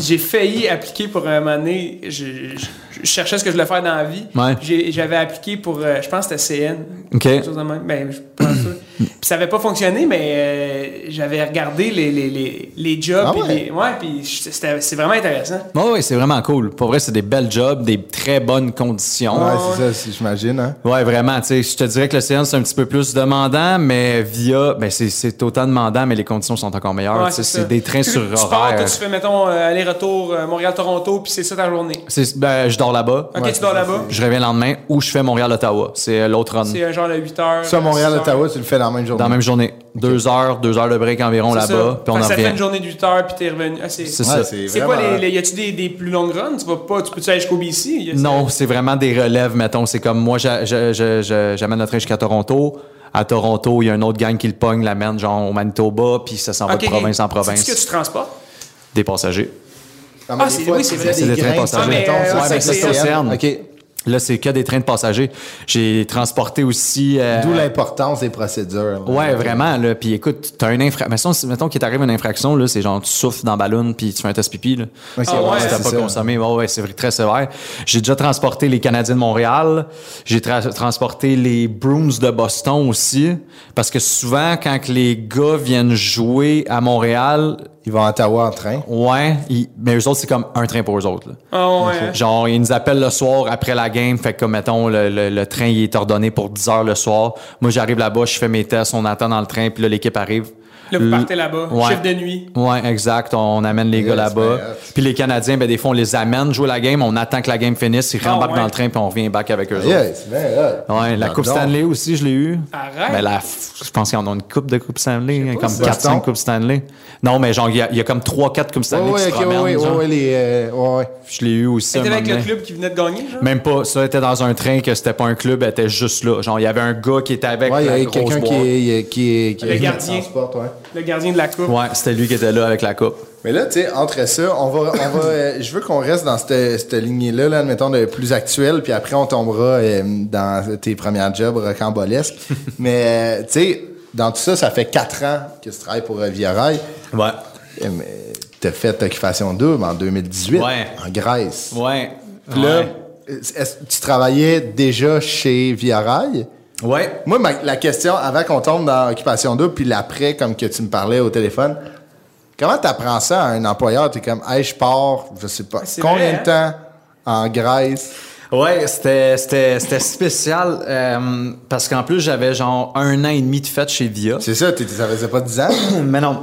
S2: j'ai failli appliquer pour un moment donné. Je, je- je cherchais ce que je voulais faire dans la vie.
S4: Ouais.
S2: J'ai- J'avais appliqué pour. euh, je pense que c'était CN.
S4: OK.
S2: Quelque chose de même. Ben, je suis pas sûr. Puis ça n'avait pas fonctionné, mais euh, j'avais regardé les, les, les, les jobs.
S3: Ah
S2: puis
S3: ouais?
S2: les- ouais, puis c'était- c'est vraiment intéressant.
S4: Ouais, ouais, c'est vraiment cool. Pour vrai, c'est des belles jobs, des très bonnes conditions.
S3: Ouais,
S4: Ouais,
S3: c'est ça, c'est- j'imagine, hein.
S4: vraiment. Tu sais, je te dirais que le CN, c'est un petit peu plus demandant, mais via, ben, c'est- c'est autant demandant, mais les conditions sont encore meilleures.
S2: Ouais,
S4: Ah, tu sais,
S2: ça.
S4: c'est des trains
S2: Tu-
S4: sur
S2: Tu pars, toi,
S4: horaire.
S2: tu fais, mettons, euh, aller-retour euh, Montréal-Toronto, puis c'est ça ta journée.
S4: C'est- Ben, je dors là-bas.
S2: Ok,
S3: Ouais,
S2: tu dors
S3: c'est ça,
S2: là-bas.
S4: Je reviens le lendemain ou je fais Montréal-Ottawa. C'est euh, l'autre run.
S2: C'est euh, genre à 8 h.
S3: Ça, Montréal-Ottawa, tu le fais dans la même journée.
S4: Dans la même journée. Deux heures, deux heures de break environ là-bas, puis on en
S2: Ça fait
S4: revient.
S2: une journée de 8 h, puis t'es revenu. Ah, c'est
S4: C'est
S3: Ouais,
S4: ça.
S3: c'est
S2: C'est
S3: vraiment-
S2: quoi les, les- Y a-tu des, des plus longues runs? Tu vas pas. Tu peux-tu aller jusqu'au BC? Y a-
S4: Non, c'est vraiment des relèves, mettons. C'est comme moi, j'a- j'a- j'a- j'a- j'amène le train jusqu'à Toronto. À Toronto, il y a un autre gang qui le pogne, l'amène genre au Manitoba, puis ça s'en va
S2: Ok,
S4: de province en province.
S2: C'est-tu que tu transportes?
S4: Des passagers.
S3: Quand même,
S2: Ah,
S3: des
S2: c'est-
S3: fois,
S2: oui,
S3: tu
S2: c'est
S3: faisais
S2: vrai.
S4: C'est des trains
S3: grains,
S4: passagers.
S3: mettons,
S2: Mais, euh,
S3: sur
S2: ouais,
S3: la
S2: mais c'est-
S3: SNCF.
S4: Océane.
S3: OK.
S4: Là, c'est que des trains de passagers. J'ai transporté aussi... euh,
S3: D'où l'importance des procédures. là.
S4: Ouais, vraiment. Là. Puis écoute, t'as une infraction. Mettons, mettons qu'il t'arrive une infraction, là, c'est genre tu souffles dans le ballon puis tu fais un test pipi. Là.
S3: Ok,
S2: Ah ouais,
S4: Si t'as
S3: c'est
S4: pas
S3: ça.
S4: consommé, ouais, ouais, c'est vrai, très sévère. J'ai déjà transporté les Canadiens de Montréal. J'ai tra- transporté les Bruins de Boston aussi. Parce que souvent, quand que les gars viennent jouer à Montréal,
S3: Ils vont à Ottawa en train.
S4: ouais, ils- mais eux autres, c'est comme un train pour eux autres. là.
S2: Ah ouais.
S4: Genre, ils nous appellent le soir après la game. Fait que, comme, mettons, le, le- le train, il est ordonné pour 10 heures le soir. Moi, j'arrive là-bas, je fais mes tests, on attend dans le train, puis là, l'équipe arrive.
S2: Là, vous partez là-bas.
S4: Ouais.
S2: Chiffre de nuit.
S4: Ouais, exact. On amène les gars
S3: c'est
S4: là-bas.
S3: bien hot.
S4: Puis les Canadiens, ben, des fois, on les amène jouer la game, on attend que la game finisse, ils
S2: Ah,
S4: rembarquent
S2: ouais.
S4: dans le train, puis on revient back avec eux autres.
S3: Yeah, c'est bien hot.
S4: Ouais, la
S3: Ah,
S4: Coupe
S3: donc.
S4: Stanley aussi, je l'ai eu.
S2: Arrête.
S4: Ben, la, f- je pense qu'ils en ont une coupe de Coupe Stanley, hein,
S3: pas,
S4: comme
S3: c'est
S4: 4-5
S3: Boston.
S4: Coupes Stanley. Non, mais genre, il y, a- il y a comme 3-4 Coupes
S3: Ouais,
S4: Stanley qui
S3: ouais,
S4: se
S3: ok, ouais,
S4: promènent,
S3: ouais,
S4: genre.
S3: ouais, les, euh, ouais, ouais.
S4: Je l'ai eu aussi. un
S2: T'étais
S4: moment
S2: avec le
S4: donné.
S2: club qui venait de gagner, genre?
S4: Même pas. Ça était dans un train que c'était pas un club, elle était juste là. Genre, il y avait un gars qui était avec
S3: Ouais, il y
S4: la
S3: a
S4: grosse
S3: quelqu'un qui
S4: boîte.
S3: est. Qui est qui
S2: Le
S3: est-
S2: gardien.
S3: transporte, ouais.
S2: Le gardien de la coupe.
S4: Ouais, c'était lui qui était là avec la coupe.
S3: Mais là, tu sais, entre ça, on va, on va, euh, je veux qu'on reste dans cette, cette lignée-là, là, admettons, de plus actuelle, puis après, on tombera euh, dans tes premières jobs rocambolesques. mais, euh, tu sais, dans tout ça, ça fait quatre ans que tu travailles pour euh, Via Rail.
S4: Ouais.
S3: Eh, Mais t'as fait Occupation Double en 2018,
S4: Ouais.
S3: en Grèce.
S4: Ouais.
S3: Puis là, est-ce que tu travaillais déjà chez Via Rail?
S4: Ouais.
S3: Moi, ma- la question, avant qu'on tombe dans Occupation 2, puis l'après, comme que tu me parlais au téléphone, comment t'apprends ça à un employeur? T'es comme, hey, je pars, je sais pas,
S2: C'est
S3: combien
S2: vrai,
S3: de
S4: hein?
S3: temps en Grèce?
S4: Ouais, c'était, c'était, c'était spécial euh, parce qu'en plus, j'avais genre un an et demi de fête chez Via.
S3: C'est ça, t'es- ça faisait pas 10 ans?
S4: Mais non.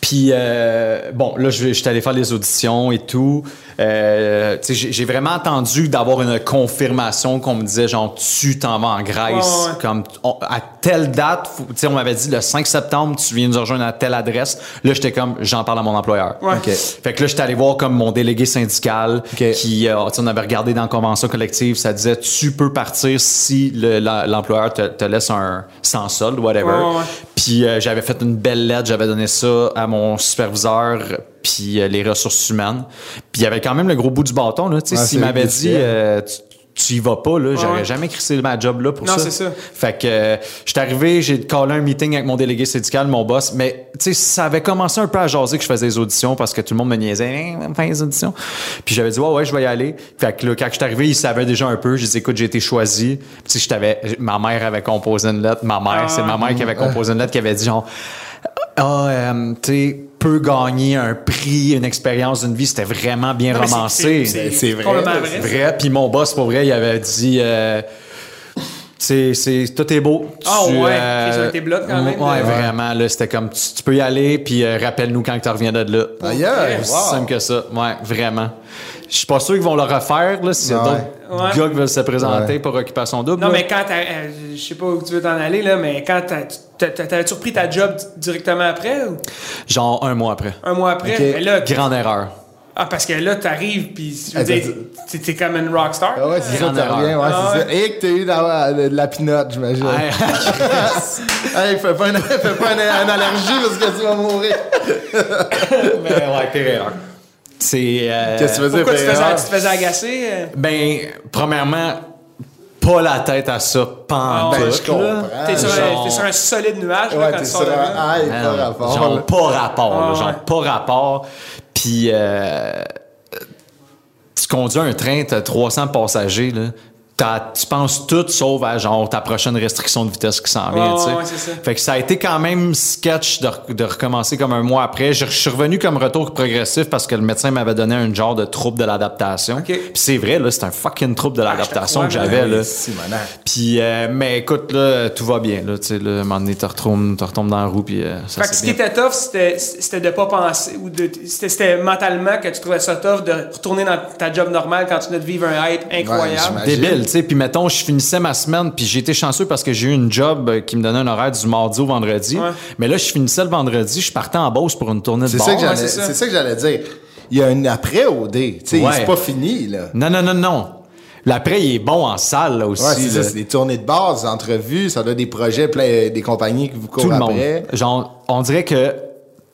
S4: Puis, euh, bon, là, je suis allé faire les auditions et tout. Euh, tu sais, j'ai j'ai vraiment attendu d'avoir une confirmation qu'on me disait, genre, tu t'en vas en Grèce.
S2: Ouais, ouais.
S4: Comme, on- à telle date, faut- tu sais, on m'avait dit le 5 septembre, tu viens nous rejoindre à telle adresse. Là, j'étais comme, j'en parle à mon employeur.
S2: Ouais. OK.
S4: Fait que là, j'étais allé voir comme mon délégué syndical
S3: OK.
S4: qui, euh, tu sais, on avait regardé dans la convention collective, ça disait, tu peux partir si le- la- l'employeur te, te laisse un sans solde, whatever whatever.
S2: Ouais, ouais, ouais.
S4: Puis euh, j'avais fait une belle lettre, j'avais donné ça à mon superviseur puis euh, les ressources humaines. Puis il y avait quand même le gros bout du bâton là, tu sais,
S3: Ouais,
S4: s'il
S3: c'est
S4: m'avait
S3: le
S4: dit
S3: ciel.
S4: euh, tu, tu y vas pas là, j'aurais
S2: ouais.
S4: jamais crissé ma job là pour
S2: Non,
S4: ça.
S2: c'est ça.
S4: Fait que euh, j'étais arrivé, j'ai collé un meeting avec mon délégué syndical, mon boss, mais tu sais ça avait commencé un peu à jaser que je faisais des auditions parce que tout le monde me niaisait, Hein, on fait des auditions. Puis j'avais dit ouais ouais, je vais y aller. Fait que là quand je suis arrivé, il savait déjà un peu, j'ai dit écoute, j'ai été choisi. Puis tu sais je t'avais ma mère avait composé une lettre, ma mère, c'est
S2: Ah.
S4: ma mère qui avait composé une lettre qui avait dit genre ah, euh, tu sais, peut gagner un prix, une expérience d'une vie, c'était vraiment bien
S2: mais c'est-
S4: romancé.
S2: c'est- c'est complètement vrai,
S4: C'est
S2: ça.
S4: vrai. Puis mon boss, pour vrai, il avait dit. euh, c'est, c'est, tout est beau.
S2: Ah
S4: Tu, euh,
S2: ouais, ils ont été blocs quand même,
S4: Ouais,
S2: là.
S4: vraiment. Là, c'était comme, tu, tu peux y aller, puis euh, rappelle-nous quand tu reviens de là.
S3: Ailleurs,
S4: Aussi
S3: wow.
S4: simple que ça. Ouais, vraiment. Je suis pas sûr qu'ils vont le refaire, là, s'il y a
S3: Ouais.
S4: d'autres
S2: Ouais.
S4: gars qui veulent se présenter pour Occupation Double.
S2: Non,
S4: là.
S2: mais quand t'as. euh, je sais pas où tu veux t'en aller, là, mais quand t'as- t'as- t'as- t'avais-tu repris ta job di- directement après ou
S4: Genre un mois après.
S2: un mois après?
S3: Ok.
S2: Mais là,
S4: Grande erreur.
S2: ah, parce que là, t'arrives, puis je veux
S3: Ah,
S2: dire,
S3: t'as-
S2: t'es- t'es comme une rockstar.
S3: Ah ouais, c'est ça,
S4: Grande Ah
S3: t'as rien, ouais,
S2: erreur.
S3: c'est ça. Et que t'as eu dans la, de la pinotte, j'imagine.
S4: Ouais.
S3: Hey, fais pas une, fais pas une, une allergie parce que tu vas mourir.
S4: mais ouais, pire erreur. C'est. euh,
S3: Qu'est-ce que tu veux dire,
S2: Pourquoi tu,
S3: pire
S2: faisais,
S3: erreur?
S2: tu te faisais agacer? euh?
S4: Ben, premièrement, pas la tête à ça pendant.
S2: Ah ouais,
S3: je comprends.
S2: T'es sur, un-
S4: genre-
S2: t'es sur un solide nuage là,
S3: Ouais,
S2: quand
S3: t'es
S2: tu
S3: sur
S2: sors de là.
S3: un high,
S4: Ah
S3: pas
S4: non,
S3: rapport. là.
S4: Genre pas rapport, là,
S2: Ah ouais.
S4: genre pas rapport. Puis euh, tu conduis un train, t'as 300 passagers, là. T'as- tu penses tout sauf à genre ta prochaine restriction de vitesse qui s'en vient,
S2: Ouais,
S4: tu sais.
S2: Ah, ouais, c'est ça.
S4: Fait que ça a été quand même sketch de, re- de recommencer comme un mois après. Je, je suis revenu comme retour progressif parce que le médecin m'avait donné un genre de trouble de l'adaptation. Puis c'est vrai, là, c'est un fucking trouble de l'adaptation
S2: Ah, je
S4: que
S2: te crois,
S4: j'avais,
S3: Ouais,
S4: là.
S3: Simonac.
S4: Puis, euh, mais écoute, là, tout va bien. Là, tu sais, là, à un moment donné, tu retombes, tu retombes dans la roue, puis euh, ça
S2: Fait que ce
S4: s'est
S2: qui
S4: bien
S2: était tough, c'était c'était de pas penser, ou de c'était- c'était mentalement que tu trouvais ça tough de retourner dans ta job normale quand tu venais de vivre un hype incroyable.
S3: j'imagine.
S4: débile, tu sais. Puis mettons, je finissais ma semaine, puis j'ai été chanceux parce que j'ai eu une job euh, qui me donnait un horaire du mardi au vendredi.
S2: Ouais.
S4: Mais là, je finissais le vendredi, je partais en Beauce pour une tournée de
S3: C'est
S4: bar.
S3: ça que j'allais,
S2: c'est ça.
S3: c'est ça que j'allais dire. Il y a un après OD, tu sais,
S4: Ouais.
S3: c'est pas fini là.
S4: Non, non, non, non. L'après, il est bon en salle, là, aussi.
S3: Ouais, c'est
S4: là.
S3: ça, c'est des tournées de base, des entrevues, ça doit être des projets, plein, euh, des compagnies qui vous courent
S4: tout le monde.
S3: après.
S4: Genre, on dirait que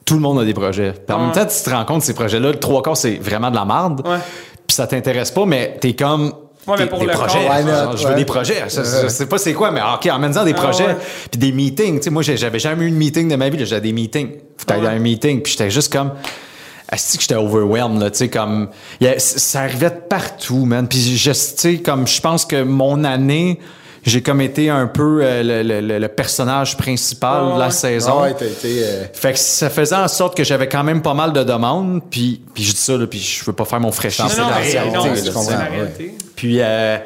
S4: tout le monde a des projets. Puis en même temps, tu te rends compte que ces projets-là, le trois quarts, c'est vraiment de la merde.
S2: Ouais.
S4: Puis ça t'intéresse pas, mais t'es comme.
S2: Ouais, mais
S4: t'es-
S2: pour
S4: des
S2: le
S4: projets.
S2: corps,
S3: why not?
S4: Genre, je veux
S3: Ouais.
S4: des projets. Je, je sais pas c'est quoi, mais OK, emmène-en des
S2: Ah,
S4: projets.
S2: ouais.
S4: Puis des meetings. Tu sais, moi, j'ai- j'avais jamais eu de meeting de ma vie. là. J'avais des meetings. Faut aller
S2: Ah, ouais.
S4: à un meeting. Puis j'étais juste comme. Asti que j'étais overwhelmed, là, tu sais, comme... il y a- ça arrivait de partout, man. Puis, je- tu sais, comme, je pense que mon année, j'ai comme été un peu euh, le, le- le- le personnage principal de la
S2: ouais.
S4: saison.
S3: Ouais, t'as été. euh,
S4: Fait que ça faisait en sorte que j'avais quand même pas mal de demandes, puis, puis je dis ça, là, puis je veux pas faire mon fraîchis,
S3: Non,
S4: c'est
S3: non,
S4: la
S3: mais
S4: réalité,
S3: non,
S4: là,
S3: je
S4: tu sais.
S3: comprends.
S2: c'est la
S3: ouais.
S2: réalité.
S4: Puis, euh,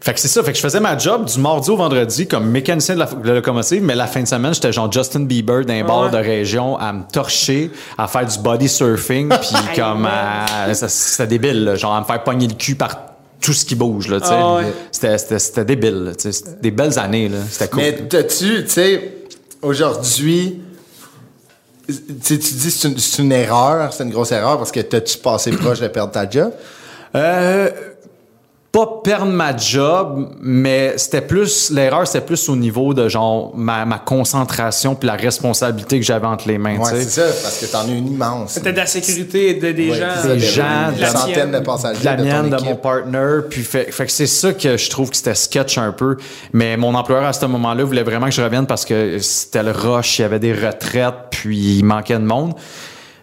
S4: fait que c'est ça, fait que je faisais ma job du mardi au vendredi comme mécanicien de la, de la locomotive, mais la fin de semaine, j'étais genre Justin Bieber d'un bar
S2: ouais.
S4: de région à me torcher, à faire du body surfing, puis comme
S2: man.
S4: à- ça- c'était débile, là, genre à me faire pogner le cul par tout ce qui bouge, là, tu sais.
S2: Ah ouais.
S4: C'était- c'était- C'était débile, là, tu sais. C'était des belles années, là. C'était cool.
S3: Mais t'as-tu, tu sais, aujourd'hui, tu sais, tu dis que c'est une, c'est une erreur, c'est une grosse erreur parce que t'as-tu passé proche de perdre ta job?
S4: Euh, pas perdre ma job, mais c'était plus l'erreur, c'était plus au niveau de genre ma, ma concentration puis la responsabilité que j'avais entre les mains.
S3: Ouais,
S4: tu sais.
S3: c'est ça, parce que t'en as une immense.
S2: C'était de la sécurité et de, des
S3: Ouais,
S2: gens.
S3: c'est ça, de-
S4: des gens,
S3: une
S4: de la
S3: centaine
S2: tienne,
S3: de
S4: de
S3: passagers
S4: la
S3: de
S4: mienne,
S3: ton
S4: de mon
S3: équipe.
S4: partner. Puis fait, fait que c'est ça que je trouve que c'était sketch un peu. Mais mon employeur à ce moment-là voulait vraiment que je revienne parce que c'était le rush, il y avait des retraites, puis il manquait de monde.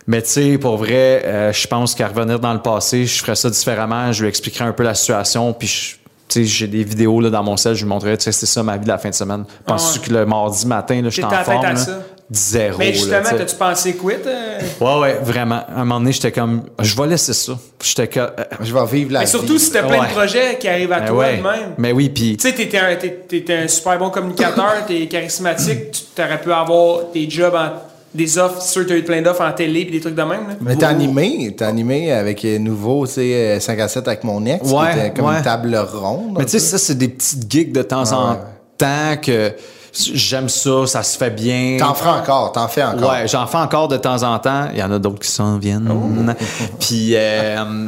S4: Mais tu sais, pour vrai, euh, je pense qu'à revenir dans le passé, je ferais ça différemment. Je lui expliquerais un peu la situation, puis je- tu sais, j'ai des vidéos là, dans mon sel, je lui montrerais, tu sais, c'est ça ma vie de la fin de semaine. Penses-tu que le mardi matin, là, je suis en
S2: Ah T'étais à la tête
S4: forme?
S2: à ça.
S4: là? Zéro. là,
S2: Mais justement,
S4: tu sais.
S2: t'as-tu pensé quit? euh?
S4: Ouais, ouais, vraiment. À un moment donné, j'étais comme, je vais laisser ça. J'étais comme, euh,
S3: Je vais vivre la
S2: Mais
S3: vie.
S2: surtout si t'as plein
S4: Ouais.
S2: de projets qui arrivent à
S4: Ben
S2: toi
S4: ouais.
S2: de même.
S4: Mais oui, puis
S2: Tu sais, t'étais un, t'es- t'es un super bon communicateur, t'es charismatique, tu t'aurais pu avoir des jobs en des offres. C'est sûr que tu as eu plein d'offres en télé puis des trucs de même. là.
S3: Mais t'as animé, t'as animé avec euh, nouveau, tu sais, euh, 5 à 7 avec mon ex, qui
S4: Ouais,
S3: était comme
S4: ouais.
S3: une table ronde.
S4: Mais tu sais, ça, c'est des petites gigs de temps en temps que j'aime ça, ça se fait bien.
S3: T'en feras encore, t'en fais encore.
S4: Ouais, j'en fais encore de temps en temps. Il y en a d'autres qui s'en viennent.
S2: Oh.
S4: Puis, euh,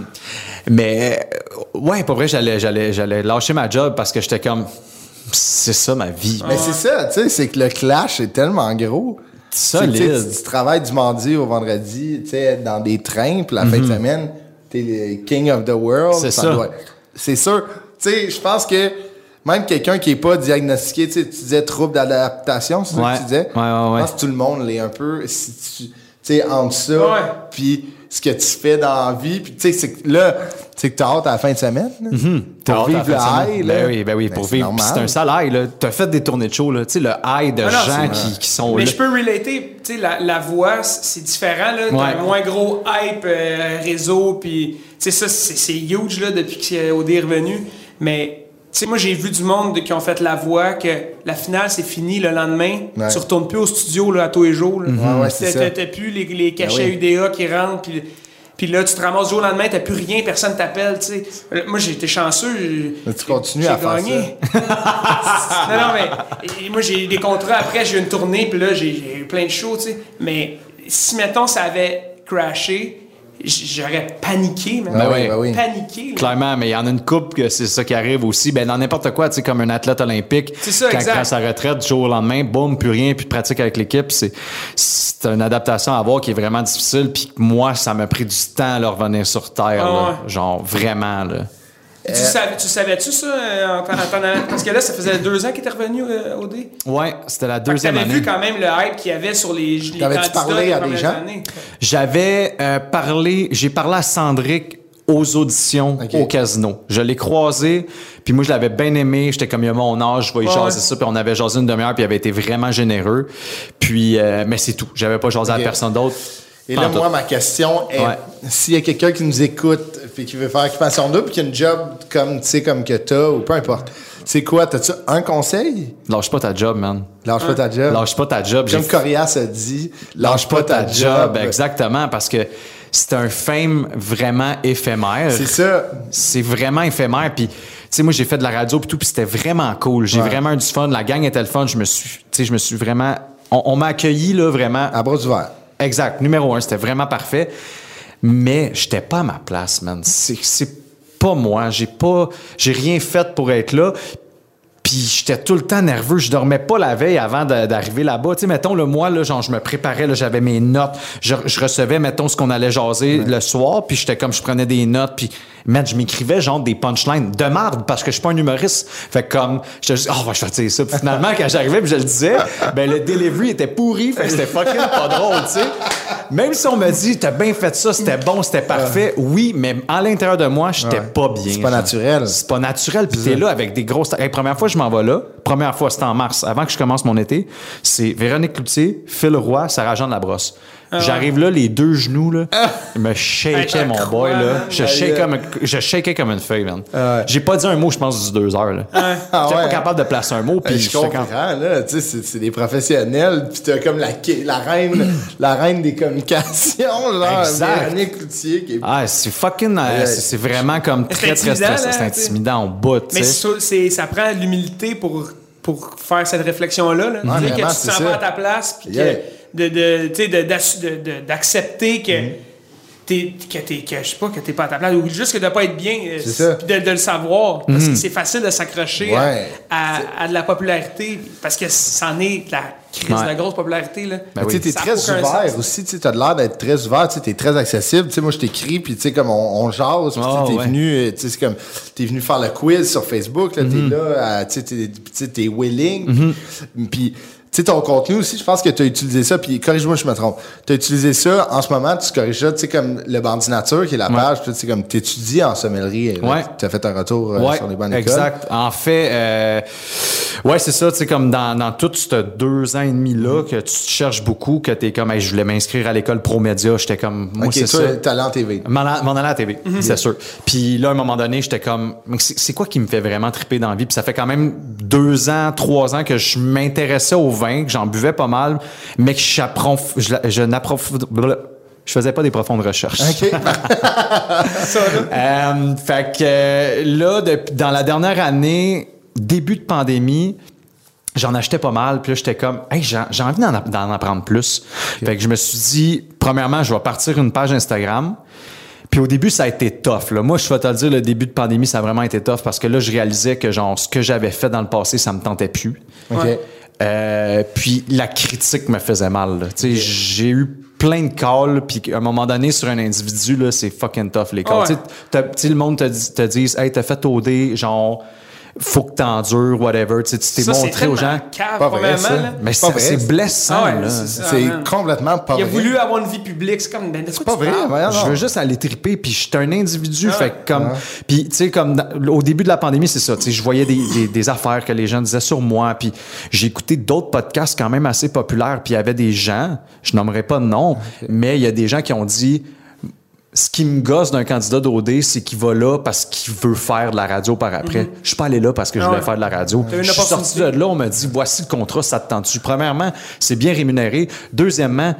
S4: mais euh, ouais, pour vrai, j'allais, j'allais, j'allais lâcher ma job parce que j'étais comme, c'est ça ma vie.
S3: Mais c'est ça, tu sais, c'est que le clash est tellement gros. C'est que, tu sais,
S4: Solide.
S3: Tu, tu travailles du mardi au vendredi, tu sais, dans des trains, puis la fin de semaine, t'es le king of the world.
S4: Mhm. C'est ça.
S3: doit- C'est sûr. Tu sais, je pense que même quelqu'un qui est pas diagnostiqué, tu sais, tu disais trouble d'adaptation, c'est
S4: Ouais.
S3: ça que tu disais.
S4: Ouais, ouais, ouais.
S3: Je pense que tout le monde l'est un peu. Si tu, tu sais, entre ça,
S2: Ouais.
S3: puis ce que tu fais dans la vie, puis tu sais, c'est que là, c'est que t'as hâte à la fin de semaine. là,
S4: Mhm. T'as
S3: Pour
S4: hâte à
S3: vivre le
S4: la fin de
S3: high,
S4: semaine.
S3: là.
S4: Ben oui, ben oui,
S3: Ben,
S4: pour
S3: c'est
S4: vivre. Puis
S3: normal.
S4: c'est un salaire, là. T'as fait des tournées de show, là. Tu sais, le high de
S2: Ah non,
S4: gens
S2: c'est-
S4: qui, qui sont
S2: Mais
S4: là.
S2: je peux relater, tu sais, la, la voix, c- c'est différent, là. T'as
S4: Ouais.
S2: un moins gros hype euh, réseau, puis, tu sais, ça, c'est c'est huge, là, depuis qu'OD est revenu. Mais, tu sais, moi, j'ai vu du monde de- qui ont fait la voix, que la finale, c'est fini le lendemain.
S3: Ouais. Mm-hmm.
S2: Tu retournes plus au studio, là, à tous les jours, là.
S3: Ouais, ouais, c'est
S2: T'as-
S3: ça.
S2: t'as- T'as plus les, les cachets
S3: Ben
S2: UDA qui rentrent, puis... Puis là, tu te ramasses du jour au lendemain, t'as plus rien, personne t'appelle, tu sais. Euh, Moi, j'ai été chanceux.
S3: Mais tu continues
S2: j'ai
S3: à faire
S2: gagné.
S3: ça.
S2: non, non, mais et moi, j'ai eu des contrats après, j'ai eu une tournée, puis là, j'ai j'ai eu plein de shows, tu sais. Mais si, mettons, ça avait crashé, j- j'aurais paniqué, même.
S3: Ben
S4: oui,
S3: ben oui.
S2: Paniqué. là.
S4: Clairement, mais il y en a une coupe que c'est ça qui arrive aussi. Ben, dans n'importe quoi, tu sais, comme un athlète olympique.
S2: C'est ça,
S4: quand
S2: exact.
S4: il prend sa retraite du jour au lendemain, boum, plus rien, plus de pratique avec l'équipe. C'est, c'est une adaptation à avoir qui est vraiment difficile. Puis que moi, ça m'a pris du temps à leur revenir sur Terre. là.
S2: Ah ouais.
S4: Genre, vraiment, là.
S2: Tu savais- tu savais-tu ça euh, en t'en en t'en allant? Parce que là, ça faisait deux ans qu'il était revenu euh, au D.
S4: Ouais, c'était la deuxième
S2: T'avais
S4: année.
S2: vu quand même le hype qu'il y avait sur les, les
S3: T'avais-tu
S2: candidats
S3: parlé
S2: des
S3: à des
S2: premières
S3: gens?
S2: années.
S4: J'avais euh, parlé, j'ai parlé à Sandrick aux auditions
S3: Ok.
S4: au casino. Je l'ai croisé, puis moi je l'avais bien aimé. J'étais comme il a mon âge, je vais y
S2: Ouais.
S4: jaser ça. Puis on avait jasé une demi-heure, puis il avait été vraiment généreux. Puis euh, mais c'est tout. J'avais pas jasé
S3: Ok.
S4: à personne d'autre.
S3: Et là,
S4: Pantoute.
S3: moi, ma question est
S4: Ouais.
S3: s'il y a quelqu'un qui nous écoute puis qui veut faire occupation double puis qui a une job comme tu sais comme que t'as ou peu importe. C'est quoi T'as-tu un conseil
S4: lâche pas ta job, man.
S3: Lâche pas ta job.
S4: Lâche pas ta job.
S3: Comme
S4: J'ai-
S3: Corias a dit, lâche pas ta job.
S4: job, exactement, parce que c'est un fame vraiment éphémère.
S3: C'est ça.
S4: c'est vraiment éphémère. Puis, tu sais, moi, j'ai fait de la radio puis tout, puis c'était vraiment cool. J'ai
S3: Ouais.
S4: vraiment eu du fun. La gang était le fun. Je me suis, tu sais, je me suis vraiment. On, on m'a accueilli, là, vraiment.
S3: À bras ouverts.
S4: Exact. Numéro un, c'était vraiment parfait. Mais j'étais pas à ma place, man. C'est c'est pas moi. J'ai pas. J'ai rien fait pour être là. Puis j'étais tout le temps nerveux. Je dormais pas la veille avant de- d'arriver là-bas. Tu sais, mettons, le mois, là, genre, je me préparais, là, j'avais mes notes. Je, je recevais, mettons, ce qu'on allait jaser le soir. Puis j'étais comme, je prenais des notes. Puis, man, je m'écrivais, genre, des punchlines de marde parce que je suis pas un humoriste. Fait que comme, j'étais juste, oh, ouais, je vais dire ça. Puis finalement, quand j'arrivais, puis je le disais, ben, le delivery était pourri. Fait que c'était fucking pas drôle, tu sais. Même si on me dit, t'as bien fait ça, c'était bon, c'était parfait. Oui, mais à l'intérieur de moi, j'étais pas bien.
S3: C'est pas
S4: genre.
S3: naturel.
S4: C'est pas naturel. Puis t'es là avec des grosses. La première fois, je m'en vais là. Première fois, c'était en mars, avant que je commence mon été. C'est Véronique Cloutier, Phil Roy, Sarah Jean de la Brosse. J'arrive là, les deux genoux, là. Je me shakeais,
S2: Ah Hey,
S4: mon
S2: je
S4: boy,
S2: crois,
S4: là.
S2: man.
S4: Je shake comme, je shakeais comme une feuille, man.
S3: Ah ouais. Ah
S4: J'ai pas dit un mot, je pense, du deux heures, là.
S2: Ah
S4: J'étais
S3: ouais.
S4: pas capable de placer un mot, puis
S3: Puis je
S4: j'étais comme-
S3: comprends, là, tu sais, c'est- c'est des professionnels, puis t'as comme la, qui- la reine, la reine des communications, genre,
S4: Exact.
S3: Véronique Cloutier, qui est
S4: Ah, c'est fucking. euh,
S3: Ouais.
S4: c'est c'est vraiment comme très, très
S2: intimidant,
S4: stressant.
S2: là,
S4: C'est
S2: tu sais.
S4: intimidant au bout, tu
S2: Mais
S4: sais.
S2: c'est- c'est- ça prend de l'humilité pour, pour faire cette réflexion-là. Là. Tu sais,
S3: vraiment,
S2: que tu te
S3: c'est
S2: sens
S3: ça.
S2: pas à ta place, puis que
S3: Yeah.
S2: de- de- tu sais, de- d'assu- de- de- d'accepter que.
S3: Mm-hmm.
S2: T'es, que t'es, que, je sais pas, que t'es pas à ta place, ou juste que de pas être bien, euh,
S3: ça. Mm-hmm.
S2: puis de, de le savoir, parce que c'est facile de s'accrocher à-
S3: Ouais.
S2: à, à de la popularité, parce que c'en est de la crise de
S4: Ouais.
S2: la grosse popularité, là.
S4: Ben
S3: Ah, Tu sais,
S4: oui.
S3: t'es
S2: Ça a
S3: très
S2: aucun
S3: ouvert
S2: sens.
S3: aussi, tu sais, t'as de l'air d'être très ouvert, tu sais, t'es très accessible, tu sais, moi je t'écris, puis tu sais, comme on, on jase, puis tu sais,
S4: Ah,
S3: t'es
S4: ouais.
S3: venu, euh, tu sais, c'est comme, t'es venu faire le quiz sur Facebook, là,
S4: Mhm.
S3: t'es là, à- tu sais, t'es- tu sais, t'es willing, puis tu sais, ton contenu aussi, je pense que t'as utilisé ça, puis corrige-moi si je me trompe, t'as utilisé ça, en ce moment, tu corriges ça, tu sais, comme le Bandinature, qui est la page, tu sais, c'est comme, t'étudies en sommellerie, là,
S4: Ouais.
S3: t'as fait un retour euh,
S4: Ouais,
S3: sur les bancs d'école.
S4: exact. En fait, euh, Ouais, c'est ça. Tu sais, comme dans, dans tout ce deux ans et demi-là, que tu te cherches beaucoup, que t'es comme, Hey, je voulais m'inscrire à l'école pro-média. J'étais comme, moi,
S3: Ok,
S4: c'est ça.
S3: toi, talent TV.
S4: M'en a- m'en aller à la TV, c'est sûr. Puis là, à un moment donné, j'étais comme, Mais c'est c'est quoi qui me fait vraiment triper dans la vie? Puis ça fait quand même deux ans, trois ans que je m'intéressais au vin, que j'en buvais pas mal, mais que j'approf- je, la- je n'approf- blablabla. Je faisais pas des profondes recherches. Euh, fait que euh, là, depuis- dans la dernière année, début de pandémie, j'en achetais pas mal. Puis là, j'étais comme, hey, j'ai j'ai envie d'en app- d'en apprendre plus. Fait que je me suis dit, premièrement, je vais partir une page Instagram. Puis au début, ça a été tough. Là. Moi, je vais te le dire, le début de pandémie, ça a vraiment été tough parce que là, je réalisais que genre ce que j'avais fait dans le passé, ça me tentait plus.
S3: OK.
S4: Euh, puis la critique me faisait mal. là. Tu sais, J'ai eu plein de calls, puis à un moment donné, sur un individu, là, c'est fucking tough, les calls.
S2: Ah ouais.
S4: Tu sais, t'as- tu sais, le monde te, dit- te dise, hey, t'as fait OD, genre, faut que t'endures, whatever. Tu sais, tu t'es
S2: Ça, c'est
S4: montré aux
S2: tellement
S4: gens.
S2: cave,
S3: Pas vrai,
S2: premièrement,
S3: ça.
S2: là.
S4: Mais
S3: C'est pas
S4: ça-
S3: vrai, ça.
S4: c'est blessant,
S2: Ah ouais,
S4: là.
S2: c'est ça,
S3: C'est
S2: man.
S3: complètement pas
S2: Il a
S3: vrai.
S2: voulu avoir une vie publique. C'est comme, ben, de quoi
S3: Pas
S2: tu
S3: vrai,
S2: parles?
S3: voyons
S4: Je
S3: donc.
S4: veux juste aller triper, puis je suis un individu.
S2: Ah.
S4: Fait que comme, puis tu sais comme dans- au début de la pandémie, c'est ça. Tu sais, je voyais des, des- des affaires que les gens disaient sur moi, puis j'ai écouté d'autres podcasts quand même assez populaires, puis il y avait des gens, je nommerai pas de
S2: Ah,
S4: nom, mais il y a des gens qui ont dit. Ce qui me gosse d'un candidat d'OD, c'est qu'il va là parce qu'il veut faire de la radio par après. Je suis pas allé là parce que je
S2: Mhm. Ah
S4: voulais
S2: ouais.
S4: faire de la radio.
S2: T'as eu une
S4: Je suis sorti de
S2: opportunité.
S4: là, on m'a dit voici le contrat, ça te tente-tu? Premièrement, c'est bien rémunéré. Deuxièmement,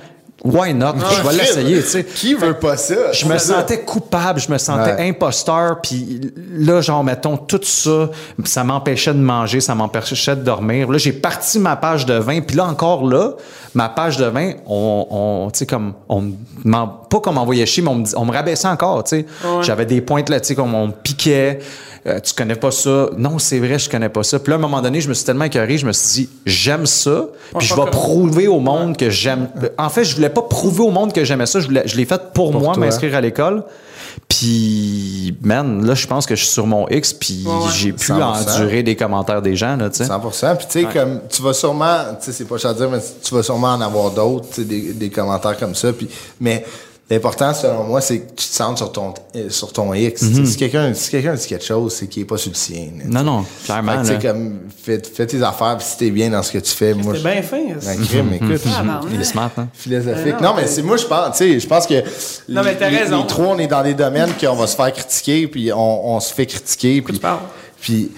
S4: why not?
S2: Ah,
S4: je vais l'essayer, tu sais.
S3: Qui veut pas ça?
S4: Je me sentais coupable, je me sentais
S3: Ouais.
S4: imposteur, puis là, genre, mettons, tout ça, ça m'empêchait de manger, ça m'empêchait de dormir. Là, j'ai parti ma page de vin, puis là, encore là, ma page de vin, on, on tu sais, comme, on, m'en- pas qu'on m'envoyait chier, mais on me, dis- on me rabaissait encore, tu sais. J'avais des pointes là, tu sais, comme on me piquait, Euh, tu connais pas ça, non, c'est vrai, je connais pas ça. Puis là, à un moment donné, je me suis tellement écœuré, je me suis dit, j'aime ça, puis je
S2: pas
S4: vais
S2: comme-
S4: prouver au monde que j'aime. En fait, je voulais pas prouver au monde que j'aimais ça. Je, voulais- je l'ai fait pour, moi,
S3: toi.
S4: m'inscrire à l'école. Puis, man, là, je pense que je suis sur mon X, puis
S2: ouais.
S4: j'ai pu
S3: 100%.
S4: endurer des commentaires des gens, là, tu sais.
S3: 100 Puis tu sais, comme, tu vas sûrement, tu sais, c'est pas cher à dire, mais tu vas sûrement en avoir d'autres, tu sais, des, des commentaires comme ça. Puis, mais l'important, selon moi, c'est que tu te sentes sur ton, euh, sur ton X. Tu
S4: Mhm.
S3: sais, Si quelqu'un si quelqu'un dit quelque chose, c'est qu'il est pas sur le sien. là, tu
S4: Non, non,
S3: Fait que,
S4: clairement.
S3: tu sais,
S4: là.
S3: comme, fais, fais tes affaires, puis si t'es bien dans ce que tu fais, moi,
S2: C'est
S3: je-
S2: bien fin. ça.
S3: la crime,
S2: Mm.
S3: écoute.
S4: Il est smart, hein?
S3: Philosophique.
S2: non,
S3: Non, mais c'est moi, je pense, tu sais, je pense que.
S2: Non, mais t'as
S3: les-
S2: raison.
S3: Les trois, on est dans des domaines qu'on va se faire critiquer, puis on, on se fait critiquer, puis.
S2: tu parles?
S3: Puis.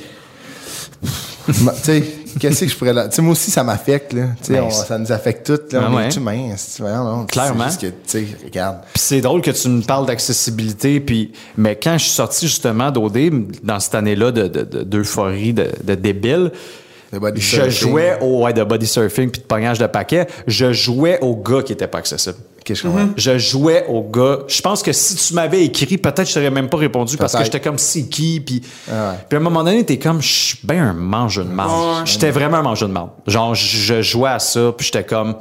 S3: Ma- tu sais, qu'est-ce que je pourrais. là- Tu sais, moi aussi, ça m'affecte, là. Tu sais, on- ça nous affecte toutes, là.
S4: Ah
S3: on
S4: ouais.
S3: est humains, si tu veux, non?
S4: Clairement.
S3: C'est juste que, tu sais, regarde.
S4: Puis c'est drôle que tu me parles d'accessibilité, puis mais quand je suis sorti justement d'OD, dans cette année-là de- de- de- d'euphorie, de, de, débile,
S3: De body
S4: je
S3: surfing.
S4: jouais au ouais, de body surfing puis de pognage de paquet, je jouais au gars qui était pas accessible.
S3: Qu'est-ce
S2: Mm-hmm.
S3: que je comprends?
S4: Je jouais au gars. Je pense que si tu m'avais écrit, peut-être je t'aurais même pas répondu parce que
S3: Peut-être.
S4: j'étais comme c'est qui puis
S3: Ah ouais.
S4: puis à un moment donné t'es comme je suis bien un mangeur de marde. J'étais vraiment un mangeur de marde. Genre je je jouais à ça puis j'étais comme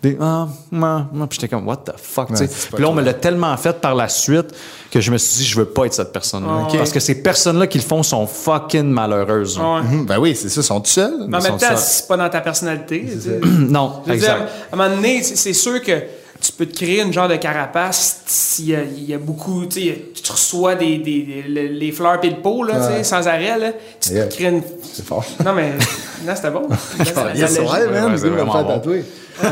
S4: des- ah, ah, ah. Puis j'étais comme, what the fuck, tu sais.
S3: c'est pas
S4: Puis là, on me l'a tellement fait par la suite que je me suis dit, je veux pas être cette personne-là. Parce que ces personnes-là qui le font sont fucking malheureuses.
S2: Ouais.
S3: Hum, Ben oui, c'est ça, sont tout seuls.
S2: Mais en
S3: Ils
S2: même
S3: sont
S2: temps,
S3: seuls.
S2: c'est pas dans ta personnalité.
S4: Non,
S2: Je veux dire,
S4: exact.
S2: à un moment donné, c'est c'est sûr que tu peux te créer une genre de carapace s'il y, a- il y a beaucoup, tu sais, tu reçois des, des- des- le- les fleurs et le pot, là, tu sais, sans arrêt, là. Tu
S3: Yeah.
S2: te crées une...
S3: C'est fort.
S2: Non, mais... Non, c'était bon.
S3: Yes, ouais,
S2: L'analogie.
S3: man,
S4: ouais,
S3: j'ai le goût de me le
S4: vraiment
S3: faire
S4: bon.
S3: tatouer.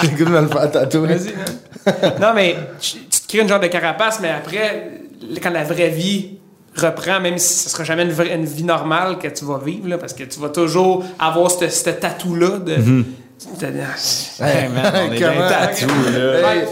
S3: J'ai le goût de me le faire tatouer.
S2: Vas-y, man. non, mais tu tu te crées une genre de carapace, mais après, le- quand la vraie vie reprend, même si ce sera jamais une, vraie- une vie normale que tu vas vivre, là, parce que tu vas toujours avoir ce, ce tatou-là de...
S3: Mhm.
S2: de-
S4: Hey, man, on est bien
S3: Comment?
S4: tatou, là.
S3: Hey,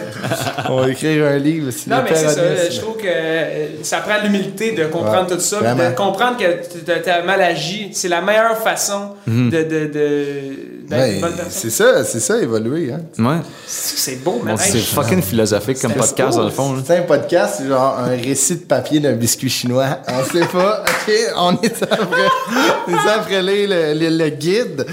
S3: on va écrire un livre. si
S2: Non,
S3: le
S2: mais c'est
S3: père
S2: ça.
S3: Agnès-
S2: Je trouve que euh, ça prend de l'humilité de comprendre
S3: Ouais,
S2: tout ça,
S3: vraiment.
S2: de comprendre que tu as mal agi. C'est la meilleure façon de de- de- d'être
S3: Mhm. Ouais,
S2: Ben, une bonne personne.
S3: Ben, c'est ça, c'est ça, évoluer. Hein.
S4: Ouais.
S2: C'est c'est beau,
S4: Bon,
S2: man.
S4: c'est
S2: Hey,
S4: fucking philosophique comme
S2: C'était
S4: podcast,
S2: beau.
S4: dans le fond. là.
S3: C'est un podcast, c'est genre un récit de papier d'un biscuit chinois. On sait pas. OK, on est après, on est après les- le, le- le guide.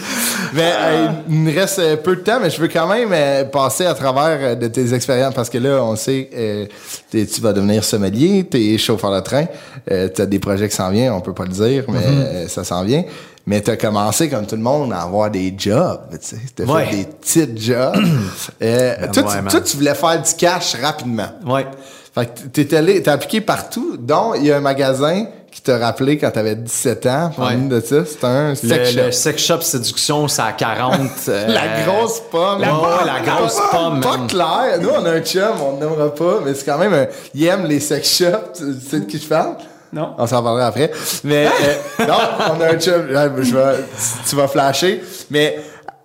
S3: Mais euh, il nous reste euh, peu de temps, mais je veux quand même euh, passer à travers euh, de tes expériences parce que là, on sait euh, t'es- tu vas devenir sommelier, tu es chauffeur de train, tu as des projets qui s'en viennent, on peut pas le dire, mais
S4: Mm-hmm.
S3: euh, ça s'en vient. Mais tu as commencé, comme tout le monde, à avoir des jobs. Tu as
S4: Ouais.
S3: fait des petites jobs. Euh, toi, tu-
S4: ouais, man.
S3: toi, tu voulais faire du cash rapidement.
S4: Ouais.
S3: Fait que t'es allé, t'as appliqué partout, dont il y a un magasin qui qui t'a rappelé quand t'avais 17 ans,
S4: Ouais.
S3: parle-nous de ça. C'est un sex
S4: le, le
S3: shop.
S4: sex shop séduction, c'est à 40. euh,
S3: La grosse pomme. Ah,
S4: ouais, ouais, Oh, la grosse pomme,
S3: Pas
S4: man.
S3: clair. Nous, on a un chum, on n'aimera pas, mais c'est quand même un... Il aime les sex shops. Tu tu sais de qui je parle?
S2: Non.
S3: On s'en parlera après.
S4: Hein?
S3: Mais euh, non, on a un chum. là, je vais- tu- tu vas flasher. Mais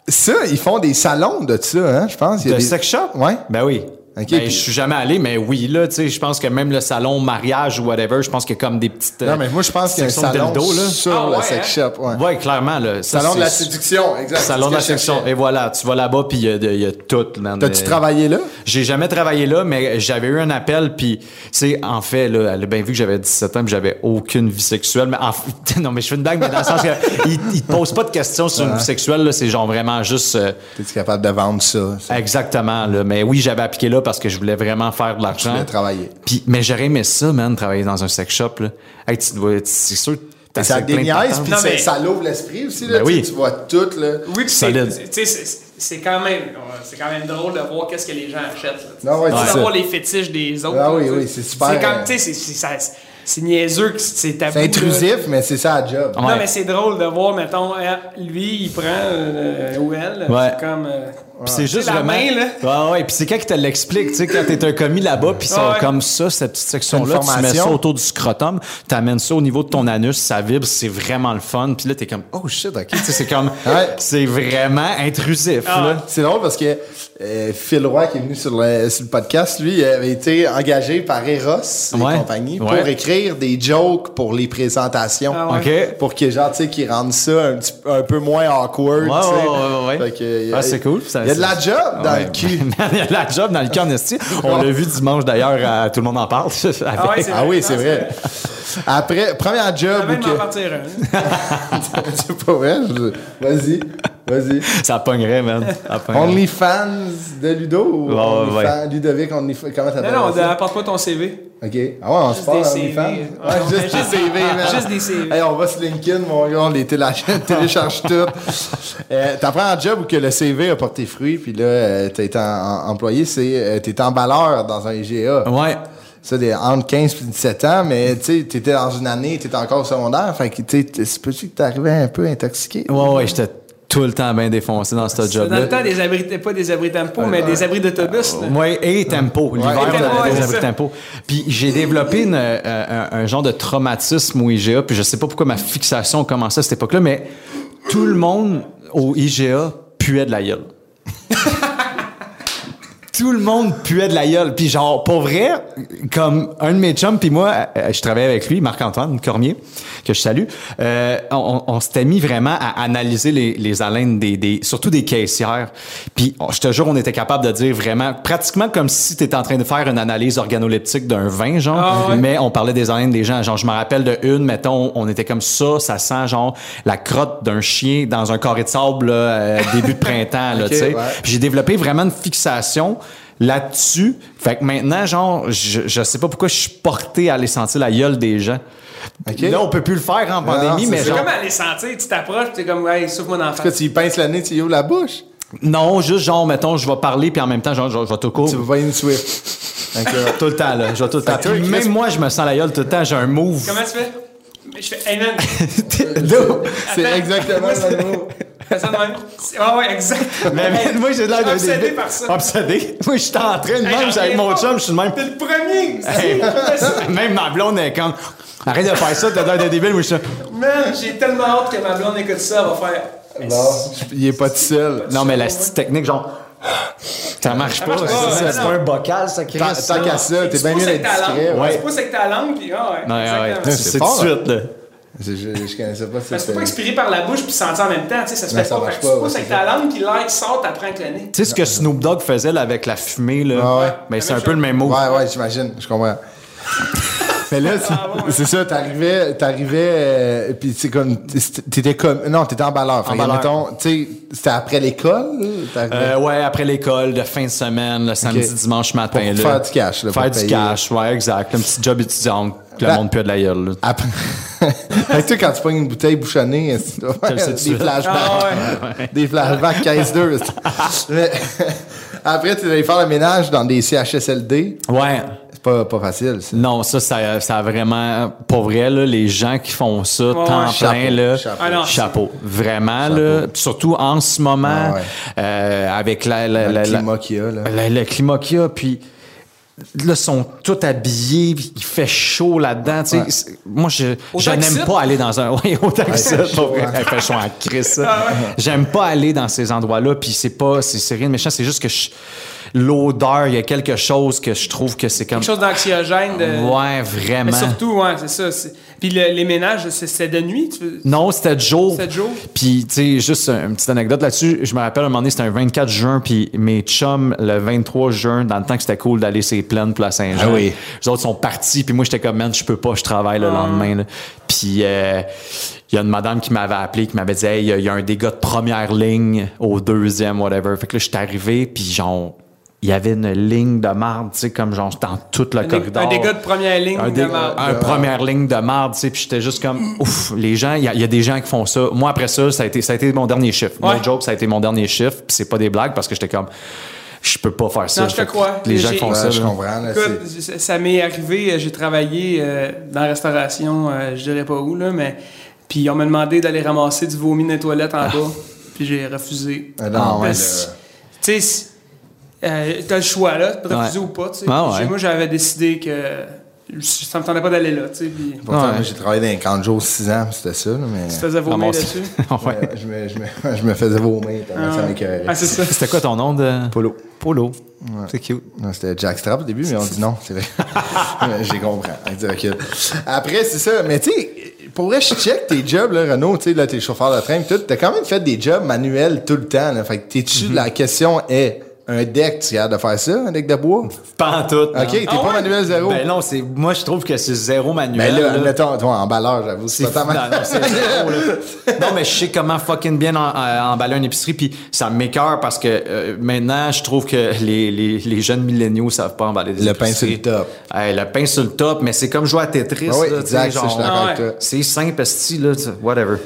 S3: ça, ils font des salons de ça, hein, je pense. Il y a
S4: Le
S3: des-
S4: sex shop?
S3: Ouais.
S4: Ben oui.
S3: Ok,
S4: ben,
S3: puis-
S4: Je suis jamais allé, mais oui, là, tu sais, je pense que même le salon mariage ou whatever, je pense qu'il y a comme des petites. euh,
S3: Non, mais moi, je pense qu'il y a un
S4: sections de
S3: salon
S4: dildo, là.
S3: sur
S2: Ah,
S3: le
S2: ouais,
S3: sex shop. Ouais.
S4: Ouais, hein? clairement, là. ça,
S3: Salon de la
S4: c'est-
S3: séduction, exact.
S4: Salon de la séduction.
S3: section.
S4: Et voilà, tu vas là-bas, puis il y a de- il y, a tout, man.
S3: T'as-tu
S4: Euh,
S3: travaillé là?
S4: J'ai jamais travaillé là, mais j'avais eu un appel, puis, tu sais, en fait, là, elle a bien vu que j'avais 17 ans, puis j'avais aucune vie sexuelle. Mais en fait- non, mais je fais une blague, mais dans le sens qu'ils ne te posent pas de questions sur une vie sexuelle, là, c'est genre vraiment juste. euh,
S3: T'es-tu capable de vendre ça? ça?
S4: exactement, là. Mais oui, j'avais appliqué là parce que je voulais vraiment faire de l'argent.
S3: voulais travailler.
S4: Puis, mais j'aurais aimé ça, man, travailler dans un sex shop, là. Hey, tu dois- c'est sûr, t'as
S3: Ça déniaise, puis
S2: Non,
S3: ça-
S2: mais-
S3: ça l'ouvre l'esprit aussi. Là,
S4: Ben
S3: tu sais,
S4: oui.
S3: Tu vois tout. Là.
S2: Oui, puis
S4: Solide.
S2: c'est- c'est- tu sais, c'est c'est quand même euh, c'est quand même drôle de voir qu'est-ce que les gens achètent. là.
S3: Non, ouais,
S2: Tu
S3: c'est
S2: sais,
S3: ça.
S2: Savoir les fétiches des autres.
S3: Ah
S2: là,
S3: oui,
S2: tu sais.
S3: oui, c'est super,
S2: C'est
S3: euh,
S2: comme tu sais, c'est- c'est ça- c'est- c'est niaiseux que c'est tabou.
S3: C'est
S2: là.
S3: intrusif, mais c'est ça la job.
S2: Non,
S4: Ouais.
S2: mais c'est drôle de voir, mettons, euh, lui, il prend euh, ou elle.
S4: Ouais.
S2: C'est comme. euh,
S4: Puis c'est juste
S2: la
S4: vraiment.
S2: main,
S4: Ouais, ouais. Puis c'est quand ils te l'expliquent, tu sais, quand t'es un commis là-bas, puis ils sont
S2: Ouais.
S4: comme ça, cette petite section-là,
S3: C'est une
S4: tu mets ça
S3: formation.
S4: autour du scrotum, t'amènes ça au niveau de ton anus, ça vibre, c'est vraiment le fun. Puis là, t'es comme, oh shit, ok. Tu sais, c'est comme,
S3: Ouais.
S4: c'est vraiment intrusif,
S2: Ah,
S4: là.
S3: C'est drôle parce que euh, Phil Roy, qui est venu sur le, sur le podcast, lui, il avait été engagé par Eros et
S4: Ouais.
S3: compagnie pour
S4: Ouais.
S3: écrire des jokes pour les présentations.
S2: Ah ouais.
S4: Ok.
S3: Pour que genre, tu sais, qu'ils rendent ça un, petit- un peu moins awkward.
S4: Ouais,
S3: tu sais.
S4: ouais, ouais, ouais, ouais.
S3: Fait que, il-
S4: Ah, c'est cool. ça-
S3: Il y a de la
S4: ça-
S3: job dans
S4: Ouais. ben,
S3: le cul.
S4: Man, Il y a de la job dans le cul en esti. On l'a vu dimanche d'ailleurs, à Tout le monde en parle.
S2: Ah, ouais,
S4: avec-
S2: c'est
S3: Ah oui, c'est
S2: Non,
S3: vrai. Après, première job
S2: Ça va
S3: où
S2: même en
S3: que...
S2: partir un. hein.
S3: c'est pas vrai? je- Vas-y, vas-y.
S4: Ça pognerait, man. Ça pognerait.
S3: OnlyFans de Ludo ou
S4: Ouais, ouais, ouais.
S3: OnlyFans- Ludovic OnlyFans? Comment t'appelles
S2: Non, non,
S3: ça?
S2: apporte pas ton CV.
S3: OK. Ah ouais, on se
S2: Juste
S3: parle
S2: des
S3: en
S2: CV.
S3: OnlyFans?
S2: Ouais,
S3: Ouais,
S2: on
S3: juste
S2: fait
S3: des
S2: juste-
S3: CV, man.
S2: juste des CV.
S3: Hey, on va se LinkedIn, mon gars, on les télécharge, télécharge tout. Euh, T'apprends un job où que le CV a porté fruit, puis là, euh, t'as été en- en- employé, c'est... euh, t'es emballeur dans un IGA.
S4: Ouais.
S3: Ça, des, entre 15 et 17 ans, mais tu sais, t'étais dans une année, t'étais encore au secondaire, fait que tu sais, t- c'est possible que t'arrivais un peu intoxiqué.
S4: Ouais, ouais, j'étais tout le temps bien défoncé dans ce
S2: C'est
S4: job-là.
S2: dans le temps des abris, pas des abris d'impôts, mais des abris d'autobus. là.
S4: Oui, et tempo. L'hiver,
S3: et
S4: on
S3: tempo,
S4: avait
S2: ouais,
S4: des
S2: c'est
S4: abris
S2: ça.
S4: tempo. Puis j'ai développé une, euh, un, un genre de traumatisme au IGA. Puis je sais pas pourquoi ma fixation a commencé à cette époque-là, mais tout le monde au IGA puait de la gueule. Tout le monde puait de la gueule. Puis genre, pour vrai, comme un de mes chums, puis moi, euh, je travaillais avec lui, Marc-Antoine Cormier, que je salue, euh, on, on- on s'était mis vraiment à analyser les, les haleines, des, des- surtout des caissières. Puis on- je te jure, on était capable de dire vraiment, pratiquement comme si tu étais en train de faire une analyse organoleptique d'un vin, genre,
S2: Ah ouais.
S4: mais on parlait des haleines des gens. Genre, je me rappelle de une, mettons, on était comme ça, ça sent genre la crotte d'un chien dans un carré de sable, là, euh, début de printemps, là, tu sais.
S3: ouais.
S4: Puis j'ai développé vraiment une fixation là-dessus. Fait que maintenant, genre, je, je sais pas pourquoi je suis porté à aller sentir la gueule des gens. Là, on peut plus le faire en pandémie,
S3: non,
S4: mais
S3: c'est
S2: C'est
S4: genre.
S2: comme aller sentir, tu t'approches, tu es comme, hey, souffle-moi dans la
S3: Que
S2: face.
S3: tu y pinces le nez, tu y ouvres la bouche.
S4: Non, juste genre, mettons, je vais parler, puis en même temps, genre, je, je vais tout
S2: Oh.
S4: court.
S3: Tu vas pas une Swift. Donc, euh,
S4: Tout le temps, là. Je vais tout le temps.
S3: que toi,
S4: Puis
S3: Chris-
S4: même moi, je me sens la gueule tout le temps, j'ai un move.
S2: Comment Euh, tu fais? Je fais, hey man,
S3: c'est
S2: Attends.
S3: exactement
S2: Moi,
S3: le mot.
S2: fais ça de même. Ah ouais, exact.
S4: Mais, mais, moi, j'ai l'air d'un
S2: Obsédé
S4: débile.
S2: par ça.
S4: Obsédé. Moi, je suis en train de
S2: Hey,
S4: même,
S2: j'en
S4: j'ai avec
S2: reviens
S4: mon
S2: pas.
S4: chum, je suis le même.
S2: T'es le premier ici.
S4: Hey.
S2: Fais ça.
S4: Même ma blonde est comme. Arrête de faire ça, t'as l'air d'un débile, moi, je suis.
S2: Man, j'ai tellement hâte que ma blonde écoute ça, elle va faire. Mais
S3: Non, il est pas tout seul.
S4: Non, mais la petite technique, genre. Ça marche pas.
S2: marche pas,
S4: ça,
S2: ouais,
S4: c'est
S2: non.
S4: un bocal, ça crée.
S3: Tant
S4: ça.
S3: tant
S2: Ah,
S3: qu'à ça, t'es
S2: Tu
S3: bien
S2: pousses
S3: mieux
S2: avec
S3: d'être
S2: ta langue.
S3: discret.
S4: Ouais.
S2: Tu pousses avec ta langue, puis ah ouais.
S4: Ouais, ouais,
S2: exactement.
S4: ouais.
S3: C'est
S4: C'est tout de
S3: fort,
S4: suite, là.
S3: Je, je- je connaissais pas ça.
S2: Parce que tu peux pas expirer par la bouche puis sentir en même temps, tu sais, ça se
S3: Non,
S2: fait
S3: ça
S2: pas.
S3: marche
S2: Fait que
S3: pas,
S2: tu pousses
S3: ouais,
S2: avec ta langue, puis l'air qui sort, t'apprends avec le nez.
S4: Tu sais ce que Snoop Dogg faisait là, avec la fumée, là?
S3: Ah ouais.
S4: Mais c'est
S2: La
S4: un
S2: même
S4: peu le même mot.
S3: Ouais, ouais, j'imagine, je comprends. mais là, c'est
S2: bon, Ah, ouais.
S3: c'est ça, t'arrivais, t'arrivais, euh, pis c'est comme, t'étais- t'étais comme, non, t'étais emballeur. Fait que,
S4: Emballeur.
S3: mettons, tu sais, c'était après l'école, t'arrivais.
S4: Euh, ouais, après l'école, de fin de semaine, le samedi,
S3: Ok.
S4: dimanche matin.
S3: Pour
S4: là.
S3: faire du cash, là, pour
S4: faire du
S3: payer.
S4: cash, ouais, exact. Un petit job étudiant, que le
S3: Ben-
S4: monde peut de la gueule. là.
S3: Après... fait que, tu sais, quand tu pognes une bouteille bouchonnée, c'est-
S4: le sais tout de
S3: des
S4: suite.
S3: flashbacks.
S2: Ah
S3: Des flashbacks 15-2. c'est- Mais- Après, tu allé faire le ménage dans des CHSLD.
S4: Ouais.
S3: pas, pas facile. ça.
S4: Non, ça, ça, ça a vraiment, pour vrai, là, les gens qui font ça, temps
S3: chapeau,
S4: plein, là,
S3: chapeau.
S2: Ah non,
S4: chapeau. Vraiment, là, surtout en ce moment,
S3: Ah ouais.
S4: euh, avec la, la-
S3: Le
S4: la- la-
S3: climat qu'il y a, là.
S4: la- le climat qu'il y a, puis là, ils sont tous habillés, puis il fait chaud là-dedans. tu sais. C'est- Moi, je, je
S2: Autant que
S4: n'aime
S2: ça.
S4: pas aller dans un... Oui, autant que ça,
S3: chaud,
S4: pour vrai.
S3: hein.
S4: Il fait chaud en crise, ça.
S2: Ah
S4: J'aime pas aller dans ces endroits-là, puis c'est pas... C'est c'est rien de méchant, c'est juste que je- l'odeur, il y a quelque chose que je trouve que c'est comme...
S2: Quelque chose d'anxiogène. De...
S4: Ouais,
S2: Euh,
S4: vraiment.
S2: Mais surtout, ouais, c'est ça. c'est- Puis le- les ménages, c'est- c'est de nuit. Tu...
S4: Non, c'était de jour.
S2: C'était de jour.
S4: Puis, tu sais, juste une petite anecdote là-dessus. Je me rappelle un moment donné, c'était un 24 juin, puis mes chums, le 23 juin, dans le temps que c'était cool d'aller ces plaines pour la Saint-Jean.
S3: Ah oui.
S4: Les autres sont partis, puis moi, j'étais comme, man, je peux pas, je travaille
S2: Ah.
S4: le lendemain. là. Puis, euh, il y a une madame qui m'avait appelé, qui m'avait dit, hey, il y a- il y, a un dégât de première ligne au deuxième, whatever. Fait que là, je suis arrivé, puis genre, il y avait une ligne de marde, tu sais, comme genre, dans tout le
S2: Un, dé-
S4: corridor
S2: un dégât de première ligne. de
S4: un, dé-
S2: marde.
S3: Ah.
S2: Mm.
S4: un première ligne de marde, tu sais, puis j'étais juste comme, ouf, les gens, il y, a- il y a des gens qui font ça. Moi, après ça, ça a été, ça a été mon dernier chiffre.
S2: Ouais.
S4: Mon job, ça a été mon dernier chiffre, puis c'est pas des blagues parce que j'étais comme, je peux pas faire ça.
S2: Non, je te
S4: Fait que
S2: crois.
S4: Les gens
S2: J'ai-
S4: qui font
S3: Ouais,
S4: ça,
S3: je
S4: là.
S3: comprends. là,
S2: Écoute,
S3: c'est-
S2: ça- ça m'est arrivé, euh, j'ai travaillé euh, dans la restauration, euh, je dirais pas où, là, mais. Puis on m'a demandé d'aller ramasser du vomi dans les toilettes en bas, puis j'ai refusé.
S3: Ah non, ouais,
S2: Parce- Tu sais, c'est- euh, t'as le choix, là, de refuser
S4: Ouais.
S2: ou pas, tu sais.
S4: Ah ouais.
S2: J'ai- Moi, j'avais décidé que ça me tentait pas d'aller là, tu sais. Puis
S3: Pourtant,
S4: Ouais.
S3: moi, j'ai travaillé dans les camps de jour 6 ans, puis c'était ça, là, mais...
S2: tu te faisais vomir
S4: Ramasser.
S2: dessus.
S4: Ouais.
S3: Ouais, je, me, je, me, je me faisais vomir pendant que ça m'écœurait.
S2: Ah, c'est ça.
S4: C'était quoi ton nom de.
S3: Polo.
S4: Polo. C'est cute.
S3: Non, c'était Jack Strap au début, mais on dit non, c'est vrai. Mais J'ai compris. Avec du recul. Après, c'est ça. Mais tu sais, pour vrai, je check tes jobs, là, Renaud, tu sais, là, t'es chauffeur de train pis tout. T'as quand même fait des jobs manuels tout le temps, là. Fait que t'es-tu,
S4: Mhm.
S3: la question est, un deck, tu es capable de faire ça, un deck de
S4: Ben
S3: bois?
S4: Pas en tout.
S3: OK,
S2: Ah
S3: t'es pas manuel zéro.
S4: Ben non, c'est. Moi, je trouve que c'est zéro
S3: Mais
S4: manuel.
S3: là,
S4: là.
S3: mettons, toi, emballeur, j'avoue, c'est
S4: C'est
S3: pas ta
S4: non,
S3: main.
S4: non, c'est zéro, là. Non, mais je sais comment fucking bien en- en- emballer une épicerie, puis ça m'écœure parce que euh, maintenant, je trouve que les, les, les jeunes milléniaux savent pas emballer des
S3: Le pain
S4: épiceries.
S3: sur le top.
S4: Hey, le pain sur le top, mais c'est comme jouer à Tetris.
S3: Ah oui,
S4: là, tu sais,
S3: exact, ça, je suis
S4: genre,
S3: d'accord
S2: Ah
S3: avec
S2: ouais.
S3: toi.
S4: c'est simple, esti, là, tu- whatever.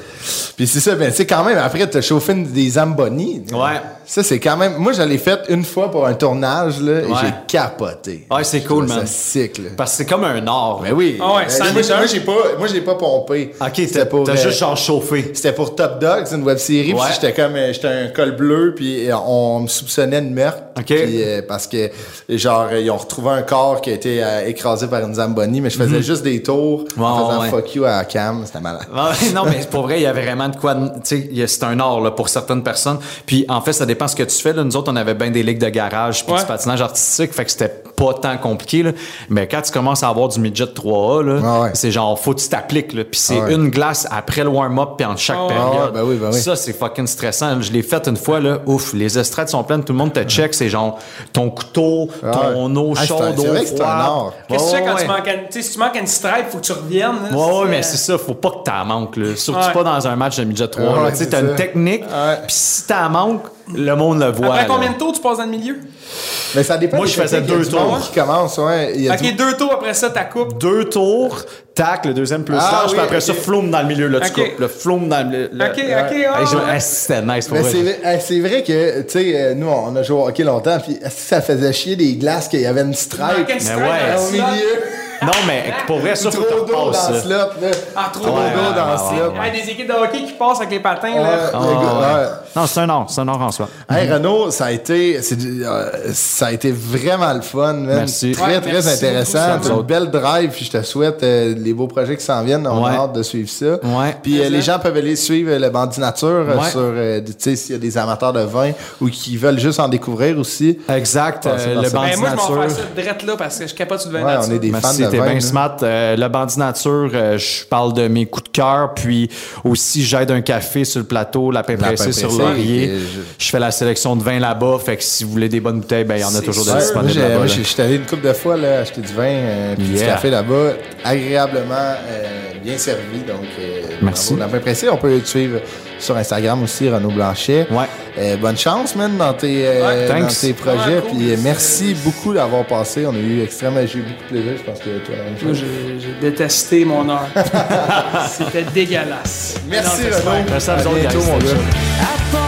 S3: Puis c'est ça, ben, tu sais, quand même, après, t'as chauffé une- des Zamboni.
S4: Ouais.
S3: Ça, c'est quand même. Moi, je l'ai fait une fois pour un tournage, là, et
S4: Ouais.
S3: j'ai capoté.
S4: Ouais, c'est
S3: Je
S4: cool,
S3: trouvais
S4: man.
S3: Ça sick, là.
S4: Parce que c'est comme un art.
S3: Ben oui.
S2: Ah ouais,
S3: Ben,
S2: ça
S3: moi,
S2: en est
S3: j'ai-
S2: un.
S3: moi, j'ai pas, moi, j'ai pas pompé.
S4: OK,
S3: C'était
S4: t'as
S3: pour,
S4: t'as
S3: euh,
S4: juste genre chauffé.
S3: C'était pour Top Dog, c'est une web série.
S4: Ouais.
S3: Puis j'étais comme, euh, j'étais un col bleu, puis euh, on me soupçonnait de meurtre.
S4: OK.
S3: Puis, euh, parce que, genre, euh, ils ont retrouvé un corps qui a été euh, écrasé par une Zamboni, mais je faisais juste des tours en
S4: Mhm. Ouais,
S3: faisant
S4: ouais.
S3: fuck you à Cam. C'était malade.
S4: Ah ouais, non, mais pour vrai, il y a vraiment de quoi. de- Tu sais, il y a- c'est un art là, pour certaines personnes. Puis en fait, ça dépend ce que tu fais. Là. Nous autres, on avait bien des ligues de garage puis
S2: Ouais.
S4: du patinage artistique, fait que c'était pas tant compliqué. Là. Mais quand tu commences à avoir du midget 3A, là,
S3: Ah ouais.
S4: c'est genre faut que tu t'appliques. là. Puis c'est
S3: Ah ouais.
S4: une glace après le warm-up puis en chaque
S2: Ah ouais.
S4: période.
S3: Ah ouais, ben oui, ben oui.
S4: Ça, c'est fucking stressant. Je l'ai fait une fois, là, ouf, les estrades sont pleines, tout le monde te check. C'est genre ton couteau, ton eau
S3: Ah, c'est un-
S4: chaude,
S3: c'est
S4: eau
S3: vrai que c'est un
S4: froide.
S3: art.
S2: Qu'est-ce que tu fais
S4: Ouais,
S2: quand tu
S4: ouais.
S2: manques, à- tu sais, si tu manques à une stripe, faut que tu reviennes. là, euh,
S4: Ouais, ouais, mais c'est ça, faut pas que t'en manques, là. Surtout
S2: Ouais.
S4: pas dans un match de midget 3.
S3: Ouais,
S4: là. Tu sais,
S3: c'est
S4: t'as
S3: ça.
S4: une technique,
S3: Ouais.
S4: puis si t'en manques, le monde le voit.
S2: Après
S4: là.
S2: combien de tours tu passes dans le milieu?
S3: Mais ça dépend.
S4: Moi,
S3: des
S4: je faisais
S3: techniques. Il y a
S4: deux
S3: du monde
S4: tours.
S3: Qui commence, ouais. Il y a
S2: Ok,
S3: du-
S2: deux tours après ça, ta coupe.
S4: Deux tours, tac, le deuxième plus
S3: Ah
S4: large,
S3: oui,
S4: puis après
S3: ok.
S4: ça, floume dans le milieu, là, tu
S2: Ok.
S4: coupes. Le floume dans le. le-
S2: Ok, ok,
S4: Hey,
S2: ah,
S4: je-
S2: ouais.
S4: hey, c'était nice pour
S3: Mais
S4: vrai.
S3: c'est vrai- eh, c'est vrai que, tu sais, euh, nous, on a joué au hockey longtemps, puis est-ce que ça faisait chier des glaces qu'il y avait une stripe
S2: Manque une stripe
S4: ouais.
S2: dans le
S3: au
S2: slot.
S3: milieu.
S4: Non, mais pour vrai, ça, faut
S3: Trop d'eau
S4: que
S3: dans
S4: t'en
S3: le
S4: passes.
S3: slot, là.
S2: Ah, trop
S3: Trop
S2: d'eau
S3: d'eau dans le
S4: ouais,
S3: slot.
S2: Ouais, des équipes de hockey qui passent avec les patins, là.
S4: Ah,
S3: Ouais, le gars, ouais.
S4: Non, c'est un or, c'est un or en soi.
S3: Hey Renaud, ça a été, c'est du- euh, ça a été vraiment le fun, man.
S4: Merci.
S3: Très
S2: Ouais,
S3: très
S2: merci
S3: intéressant.
S2: beaucoup,
S3: C'est
S2: ça.
S3: une belle drive. Puis je te souhaite euh, les beaux projets qui s'en viennent. On
S4: Ouais.
S3: a hâte de suivre ça.
S4: Ouais.
S3: Puis euh, les gens peuvent aller suivre euh, le Bandit Nature euh,
S4: Ouais.
S3: sur, euh, tu sais, s'il y a des amateurs de vin ou qui veulent juste en découvrir aussi.
S4: Exact,
S3: Passer
S4: euh,
S3: par
S4: le
S3: ça.
S4: bandit
S2: Ben, moi, je m'en
S4: nature.
S2: vais faire ça direct là parce que je capote sur le vin
S3: Ouais,
S2: nature.
S3: on est des
S4: Merci,
S3: fans de
S4: t'es
S3: vin. là.
S4: bien smart. Euh, le bandit nature, euh, je parle de mes coups de cœur, puis aussi j'aide un café sur le plateau, la pain
S3: La pain
S4: pressée sur
S3: pressée,
S4: laurier.
S3: et je-
S4: Je... fais la sélection de vin là-bas, fait que si vous voulez des bonnes bouteilles, ben il y en a
S2: C'est
S4: toujours
S2: sûr.
S4: des
S3: Ouais, moi,
S4: disponibles
S3: j'ai-
S4: là-bas.
S3: moi,
S4: là.
S3: j'ai- j'étais allé une couple de fois là, acheter du vin euh, puis du
S4: Yeah.
S3: café là-bas, agréablement euh, bien servi. Donc, euh, bravo.
S4: Merci.
S3: On l'a apprécié. On peut te suivre sur Instagram aussi, Renaud Blanchet.
S4: Ouais.
S3: Euh, bonne chance, man, dans tes, euh,
S4: Ouais, thanks.
S3: dans tes projets.
S2: Ouais, cool.
S3: Puis euh, merci beaucoup d'avoir passé. On a eu extrêmement, j'ai eu beaucoup de plaisir. Je pense que toi, la même
S2: Moi,
S3: chose.
S2: j'ai j'ai détesté mon heure. C'était dégueulasse.
S3: Merci,
S2: Non, j'espère.
S3: Renaud.
S4: Merci à vous
S3: À
S4: autres,
S3: bientôt,
S4: guys.
S3: mon gars.
S5: I thought